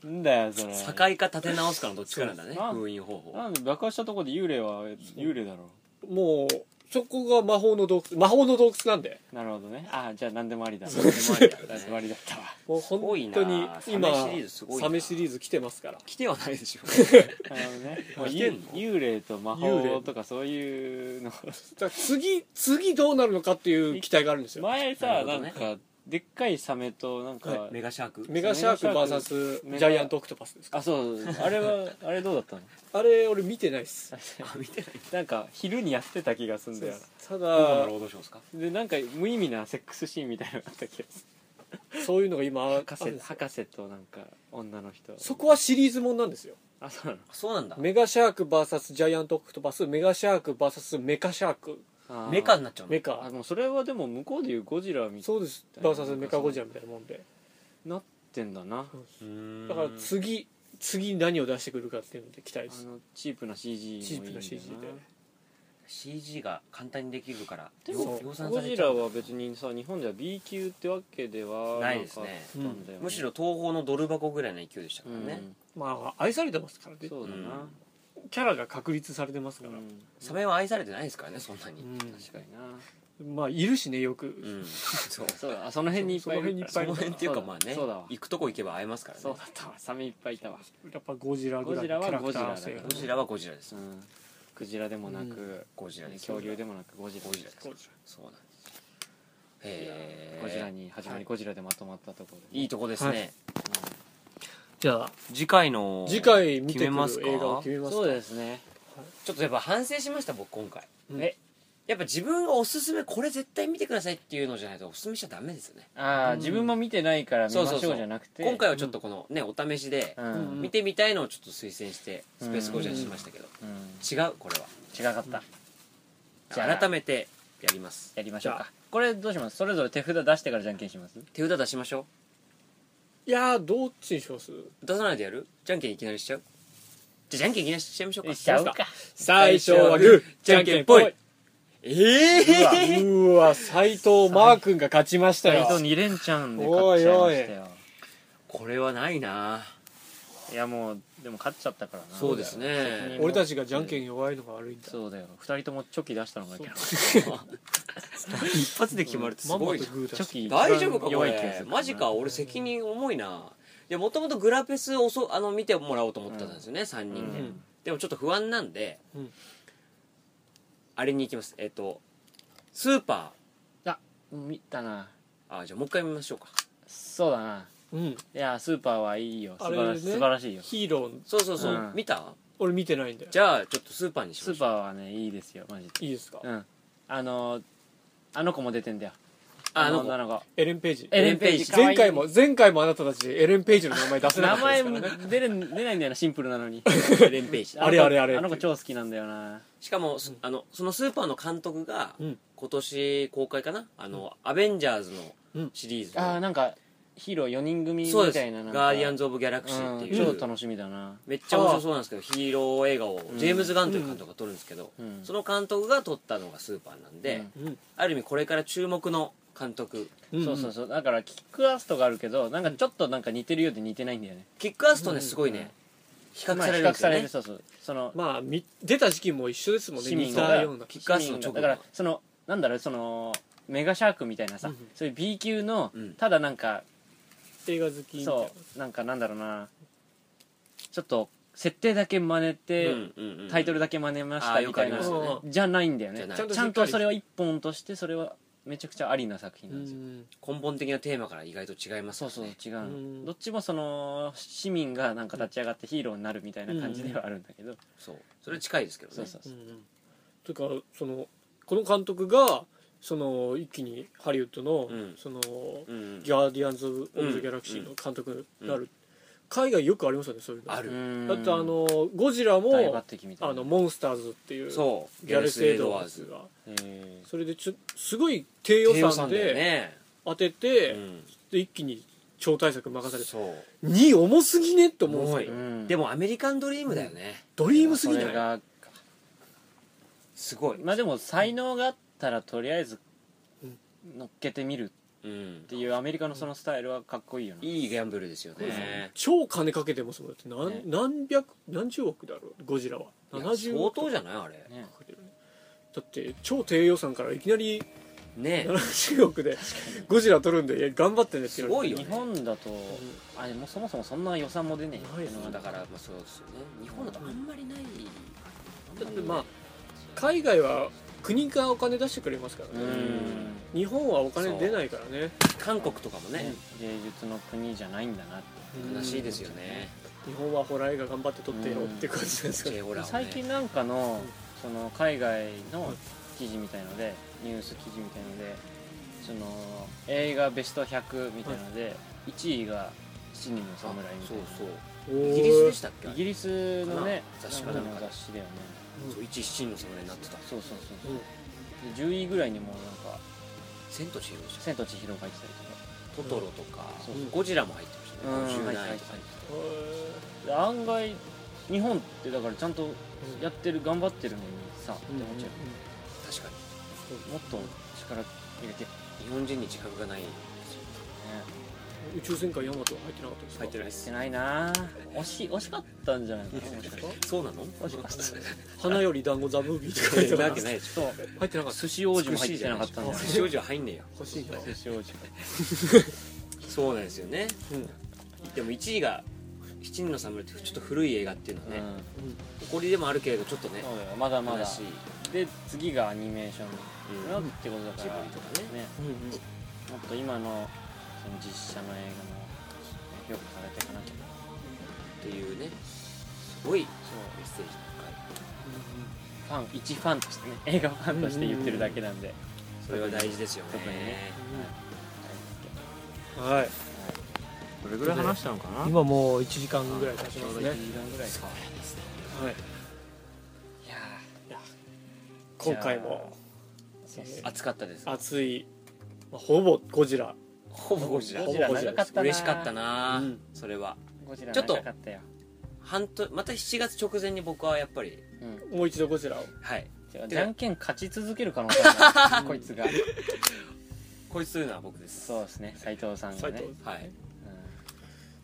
S2: んだよそれ
S1: 境か立て直すかのどっちかなんだね
S2: そう
S1: 封印方法
S2: なんで爆破したとこで幽霊は幽霊だろ
S3: もうそこが魔法の洞窟魔法の洞窟なんで
S2: うなるほどねああじゃあ何でもありだ
S1: でもありだよ
S2: 何でもあ
S1: ね
S2: りだったわ
S3: もう
S1: ご
S3: 本
S1: いな
S3: 当に今
S1: サメシリーズすごいな
S3: サメシリーズ来てますから
S1: 来てはないでしょ
S2: なるほどねもう
S1: 来てんの
S2: 幽霊と魔
S3: 幽
S2: 法
S3: 霊
S2: とかそういうの
S3: だから次次どうなるのかっていう期待があるんですよ
S2: 前
S1: な
S2: さ
S1: るほ
S2: な
S1: ど
S2: ん
S1: ね
S2: かでっかいサメとなんか
S1: メガシャーク
S3: メガシャーク
S2: メガシャー
S3: VS ジャイアントオクトパスですか
S2: あそうそうあれはあれどうだったの
S3: あれ俺見てないっす
S1: あ見てない
S2: なんか昼にやってた気がすんだよ
S3: た
S1: 今の
S3: だ
S1: 労働省ですか
S2: でなんか無意味なセックスシーンみたいなのがあった気がする
S3: そういうのが今あるんで
S2: 博
S3: すよ
S2: 士博士となんか女の人
S3: そこはシリーズもんなんですよ
S2: あそうなの
S1: あそうなんだ
S3: メガシャーク VS ジャイアントオクトパスメガシャーク VS メカシャーク
S2: あー
S1: メカになっちゃうの
S3: メ
S2: あ
S3: カ
S2: でもそれはでも向こうでいうゴジラみたい
S3: そうです VS メカゴジラみたいなもんで
S2: になってんだな
S1: うーん
S3: だから次次何を出してくるかっていうので期待で
S2: あ
S3: す
S2: のチープな CG もいいんだ
S3: チ
S2: よ
S3: ー
S2: な
S3: プな CG で
S1: CG が簡単にできるから
S2: で
S1: 量
S2: も
S1: 量産
S2: ゴ
S1: され
S2: ジ
S1: ちゃ
S2: ラ
S1: う
S2: は別にさ日本では B 級ってわけでは
S1: ないですね
S2: なかったんだよ
S1: むしろ東宝のドル箱ぐらいの勢いでしたか
S2: う
S1: ら
S2: ん
S1: ね
S3: まあ愛されてますからね
S2: そうだな
S3: キャラが確立されてますから
S2: うん
S1: サメは愛されてないですからねそんなに
S3: うん
S2: 確かにな
S3: まあいるしねよ
S1: う
S3: く
S1: んそう
S2: そうだあその辺にいっぱいいるから
S3: そ
S1: そ
S3: の
S1: の
S3: 辺
S1: 辺っていうか
S2: そうだ
S1: まあね
S2: そうだわ
S1: 行くとこ行けば会えますからね
S2: そう
S1: ゴ
S2: だったわサメいっぱいいたわ
S3: やっぱゴジラぐらいのキャラクター性が
S2: ゴ
S1: ジラはゴジラです
S2: うんクジラでもな
S3: う
S2: く
S1: ゴジラです
S2: 恐竜でもなくゴジラ
S1: ゴジラです
S3: ゴジ
S1: そうなんですへえ
S2: ゴジラに始まりゴジラでまとまったところで
S1: いいとこです
S3: は
S1: ね
S3: じゃあ
S1: 次回の
S3: 次回見て
S1: 決め
S3: く
S1: ます
S3: る
S1: か
S3: 映画を決め
S2: うん
S3: ますか
S2: そうですね
S1: ちょっとやっぱ反省しました僕今回
S3: うん
S2: え
S1: やっぱ自分がおすすめこれ絶対見てくださいっていうのじゃないとおすすめしちゃダメですよね
S2: ああ自分も見てないから見ま
S1: そう
S2: し
S1: そう
S2: ょ
S1: そう
S2: うじゃなくて
S1: 今回はちょっとこのねお試しで
S2: うんうん
S1: 見てみたいのをちょっと推薦してスペースゴジラにしましたけど違うこれは
S2: 違かったじ
S1: じ
S2: ゃ
S1: ゃ
S2: あ
S1: あ改めてやります
S2: やりましょう
S3: じゃ
S2: かこれどうしますそれぞれ手札出してからじゃんけんします
S1: 手札出しましょ
S3: いやーどっちにします
S1: う出さないでやるじゃんけんいきなりしちゃうじゃあじゃんけんいきなりしちゃいましょうか
S2: しちゃう
S1: ど
S2: か
S1: です
S3: 最
S2: 初はグ
S3: ー
S1: じゃんけんぽいえ
S2: うわ
S1: え
S3: うわ斎藤マー君が勝ちました
S2: 二
S3: よ
S2: 度2連チャンで勝っちゃいましたよ
S1: これはな
S2: *laughs*
S1: いない
S2: やもうでも勝っちゃったからな
S1: そうです
S2: 責任
S1: ね
S2: も
S3: 俺たちがじゃんけん弱いのが悪いんだ
S2: そうだよ2人ともチョキ出したのがいけないチ
S1: 一発で決まるってす
S3: まんま
S1: ご
S3: と
S1: いな
S3: グー出
S2: ョ
S3: し
S2: キ一番
S1: 大丈夫かこ
S2: 弱い気がす
S1: れ
S2: る
S1: マジか俺責任重いないやもともとグラペスをそあの見てもらおうと思ってたんですよね、3
S2: う
S1: 人で、
S2: ん
S1: でもちょっと不安なんで、
S3: うん
S1: あれに行きますえっ、とスーパ
S2: 見たな
S1: ーあじゃあもう一回見ましょうか
S2: そうだな
S3: うん
S2: いやスーパーはいいよ素
S3: あれ
S2: 晴ら
S3: ね
S2: し素晴らしいよ
S3: ヒーロー
S1: そうそうそう、
S2: うん
S1: 見た
S3: 俺見てないんだよ
S1: じゃあちょっとスーパーにし
S2: ス
S1: ま
S2: ー
S1: しょう
S2: パーはねいいですよマジで
S3: いいですか
S2: うんあのあの子も出てんだよ
S1: ああの
S2: 女の子
S3: エレン・ページ
S2: エレンページ可愛
S3: 前
S2: い
S3: 回も前回もあなたたちエレン・ページの名前出せなか
S2: 名
S3: ったで
S2: 前
S3: すからね
S2: 出れん出ないんだよなシンプルなのに
S1: *laughs* レンページ
S2: の子
S3: あれあれあれ
S2: *laughs* あの子超好きなんだよな
S1: しかも、すあのそのスーパーの監督が、
S3: うん
S1: 今年公開かなあの、アベンジャーズのシリーズ
S2: あー
S1: の、
S2: なんかヒーロー4人組み
S1: そうで
S2: た
S1: す
S2: いななんか
S1: ガーディアンズ・オブ・ギャラクシーっていう、
S2: うん超楽しみだな
S1: めっちゃ面白そうなんですけどヒーロー映画をジェームズ・ガンという監督が撮るんですけど、
S2: うん
S1: その監督が撮ったのがスーパーなんで、
S3: うん
S1: ある意味これから注目の監督
S3: うん
S2: そうそうそうだからキックアストがあるけどなんかちょっとなんか似てるようで似てないんだよね
S1: キックアスとねすごいね、比較
S2: まあ
S1: され
S2: 比
S1: る
S2: 較
S1: んですよ
S2: され
S1: ね
S2: る、そうそうその
S3: まあみ出た時期も一緒ですもんね
S2: 市民
S3: 似
S2: が
S3: たような
S1: キックアストの
S2: 市民
S1: 直後
S2: がだからそのなんだろうそのメガシャークみたいなさ、
S3: うん
S2: そういう B 級の、
S1: うん
S2: ただなんか
S3: 映画好きみたいな
S2: そうなんかなんだろうなちょっと設定だけ真似て、
S1: うんうんうん
S2: タイトルだけ真似まし
S1: あ
S2: た
S1: ー
S2: み
S1: よくあ
S2: た
S1: り
S2: いな
S1: ます
S3: よね
S2: じゃないんだよ
S1: じ
S2: ね
S1: ゃない
S2: ちゃんと
S3: しっ
S2: ち
S3: か
S2: ゃ
S3: り
S2: んとそれを一本としてそれはめちゃくちゃありな作品
S3: う
S2: なんですよ、
S3: ん
S1: 根本的なテーマから意外と違います
S2: そ
S1: か
S2: う
S1: らね
S2: そう違うの
S3: うん
S2: どっちもその市民がなんか立ち上がってヒーローになるみたいな感じではあるんだけど、
S1: そうそれ近いですけどね
S2: そうそう
S3: う
S2: そ
S3: ん
S2: う
S3: う、んというかそのこの監督がその一気にハリウッドの、
S1: うん
S3: その
S1: うんうん
S3: ガーディアンズ・オブ・ザ・ギャラクシーの監督になる、海外よくありますよねそういうの
S1: ある
S2: うん
S3: だってあのゴジラ
S2: 大抜
S3: も
S2: 擢みたいな
S3: あのモンスターズっていう
S1: そう
S3: ギャレス・エドワーズが
S2: え
S3: それでちょすごい低
S1: 低予
S3: 予算
S1: 算だよ
S3: で
S1: ね、
S3: 当て
S1: う
S3: て、
S1: ん、
S3: で一気に超大作任されて
S1: そ
S3: 2重すぎねって
S1: う
S3: 思うんです
S1: 重
S3: け
S1: い、
S3: ど
S2: ん
S1: でもアメリカンドリームだよね、
S3: ドリームすぎ
S2: そ
S3: な
S2: れ
S3: い
S2: が
S1: すごい、
S2: まあでも才能があったらとりあえず
S3: うん
S2: 乗っけてみる
S1: うん
S2: っていうアメリカのそのスタイルはかっこいいよない
S1: いギャンブルですよね
S3: 超金かけてますもんだって何,、
S2: ね
S3: 何百何十億だろうゴジラはい
S1: や
S3: 70
S1: 相
S3: 億
S1: 当じゃないあれ
S2: ね
S3: かけてるねだって超低予算からいきなり
S1: ね
S3: 70億でゴジラ撮るんでいや頑張ってねって言われて
S1: すご
S2: 日
S1: いよ
S2: 本だとあれもうそもそもそんな予算も出ね
S3: ない
S2: え
S3: で
S2: っ
S3: す
S2: て
S3: ね
S2: の
S1: まあ
S2: が
S1: だから、まあ、そうですよね日本だとあんまりない
S3: だってまあ海外は国がお金出してくれますから
S2: う
S3: ね、
S2: ん
S3: 日本はお金出ないからね
S1: 韓国とかもね
S2: ね、芸術の国じゃないんだなって
S3: うん
S1: 悲しいですよね
S3: 日本はホラー映画頑張って撮ってよ
S2: うん
S3: って感じですか
S1: J
S3: ね
S1: ホラーをね
S2: 最近なんかのその海外の記事みたいのでニュース記事みたいのでその映画ベスト100みたいので1位が「七人の
S1: あ
S2: 侍」みた
S1: そ
S2: いうな
S1: そう
S3: おー
S1: イギリスでしたっけ
S2: イギリスのね
S1: かな雑誌か
S2: なん
S1: な
S2: か
S1: んか
S2: の雑誌だよね
S1: そう一七の侍になってた
S2: そうそうそう
S3: うん
S2: で10位ぐらいにもうなんか
S1: 千と千尋
S2: 「
S1: でした
S2: 千と千尋」が入ってたりとか
S1: トトロとか
S2: そう
S3: そう
S1: ゴジラも入ってましたね
S2: うん入
S1: 50
S2: って
S1: 代
S2: 入っ
S1: と
S2: て
S1: か
S2: 入っ
S1: に
S2: てで案外日本ってだからちゃんと
S3: うん
S2: やってる頑張ってるのにさって
S3: うん
S2: 思っちゃ
S1: 確かに
S2: うもっと力入れてね
S1: 日本人に自覚がない
S3: 宇宙戦艦ヤマトは入ってなかったですか
S1: 入ってないで
S2: し
S1: す
S2: てないなぁ惜しい惜しかったんじゃないかなもしかして
S1: そうなの
S3: 花より団子ザムービーって書いて
S1: な
S3: あ
S1: わ
S3: る
S1: けないでし
S2: そ
S1: ょ
S2: う
S3: 入ってなかった
S2: 寿司王子も入ってなかったんじゃない
S1: 寿司王子は入んねえよ
S3: 欲しいな
S2: 寿司王子
S1: そうなんですよね
S3: うん
S1: でも1位が「七人の侍」ってちょっと古い映画っていうのは
S2: う
S1: ね
S2: ん
S1: 誇りでもあるけれどちょっとね
S2: そうだよまだま
S1: 悲
S2: だ
S1: しい
S2: で次がアニメーションな
S1: うん
S2: てことだか
S1: ジブ
S2: ら
S1: リとかね
S2: ね
S3: うんうん
S2: もっと今のその実写の映画も評価されていかなきゃ
S1: っていうねすごいメ
S2: そう
S1: ッセージ
S2: ファン一ファンとしてね映画ファンとして言ってるだけなんで
S1: それは大事ですよね
S2: 特にね
S3: うんはい
S2: どれ
S3: ぐらい話
S2: したのかな
S3: 今もう1時間ぐらい経ちますね
S2: ぐらいか
S3: はい
S2: いや
S3: 今回も
S2: ーそうっす
S1: 暑かったです
S3: 熱い、まあ、ほぼゴジラ
S1: ほぼゴジラ
S2: ゴジラ
S3: ほぼゴジラ
S2: 長かったな
S1: 嬉しかったな
S3: うん
S1: それは
S2: ゴジラ
S1: ちょっと
S2: 長かったよ
S1: 半年また7月直前に僕はやっぱり
S2: うん
S3: もう一度ゴジラを
S1: はい
S2: てかじゃんけん勝ち続ける可能性があ
S1: *laughs*
S2: るこいつが
S1: こいつというのは僕です
S2: そうですね斉藤さんが
S3: 斉
S2: ね
S3: 藤、
S1: はい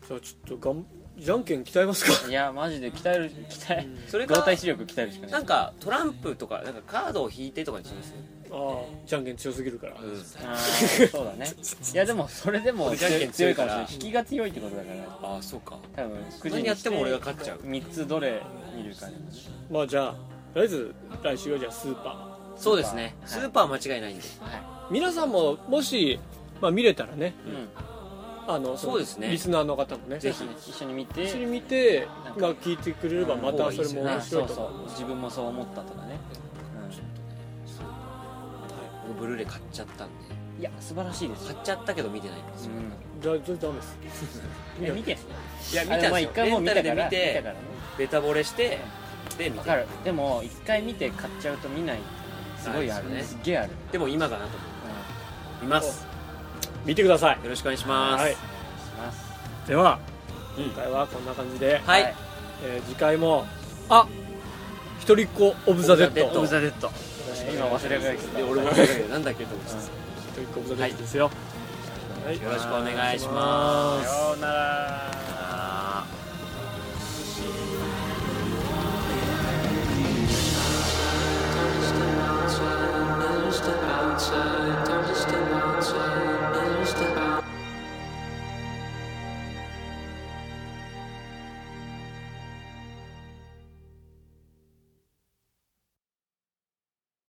S3: じゃあちょっとがんじゃんけん鍛えますか
S2: うんいやマジで鍛える鍛え
S1: それ
S2: 動
S1: か
S2: 体視力鍛えるしかない
S1: なんかトランプとかなんかカードを引いてとかにしますね
S3: ああじゃんけん強すぎるから、
S2: あーそう
S1: *laughs*
S2: だねいやでもそれでも
S1: 俺じゃんけん
S2: 強
S1: 強
S2: い
S1: い
S2: か
S1: からら
S2: 引きが強いってことだから
S1: ああそうか
S2: 多分9時
S1: 何
S2: に
S1: やっても俺が勝っちゃう
S2: 3つどれ見るかでもね
S3: まあじゃあとりあえず来週はじゃあスーパ
S1: そうですね
S2: はい
S1: スーパー間違いないんで
S2: は
S3: ー皆さんももし、まあ、見れたらね
S2: い、うん
S3: あのの
S1: そうですね
S3: リスナーの方もね
S1: ぜひ
S2: 一緒に見
S3: 一緒に
S2: て
S3: 見て、
S2: なんか
S3: まあ、聞いてくれればまたそれも
S1: うん
S3: 面
S2: あ
S3: 白
S2: そ
S3: いうと思う
S2: そう自分もそう思ったとかね、
S1: 僕ブルーレイ買っちゃったんで
S2: うんいや素晴らしいです
S1: 買
S2: よ、
S1: っちゃったけど見てないんですよ
S3: じゃあちょっとダメです
S2: うん、え見て
S1: いや見
S2: あで
S1: たん
S2: も
S1: で
S2: 一
S1: すよ
S2: 回もう見たから
S1: レンタルで
S2: 見
S1: 見
S2: た
S1: て
S2: からね
S1: ベタ惚れしてで見
S2: わ
S1: て
S2: かるでも一回見て買っちゃうと見ないっていうのすごいある
S1: ない
S2: ね
S1: です
S2: す
S1: よ
S2: っげえある、
S1: でも今かなと思
S2: うん、お願い
S1: います
S3: 見てください
S1: よろしくお願いします
S3: はい
S2: します
S3: では
S1: うん
S3: 今回はこんな感じで、
S1: はい、
S3: えー次回もあ一人っ子オブザ・デッド
S1: オブザ
S3: デッド
S2: 今忘れがけてた
S1: で俺も忘れたけどなんだっけと思ってた
S3: 一人っ子オブザ・デッドですよ、
S1: よろしくお願いします
S3: お願いします
S2: さようなら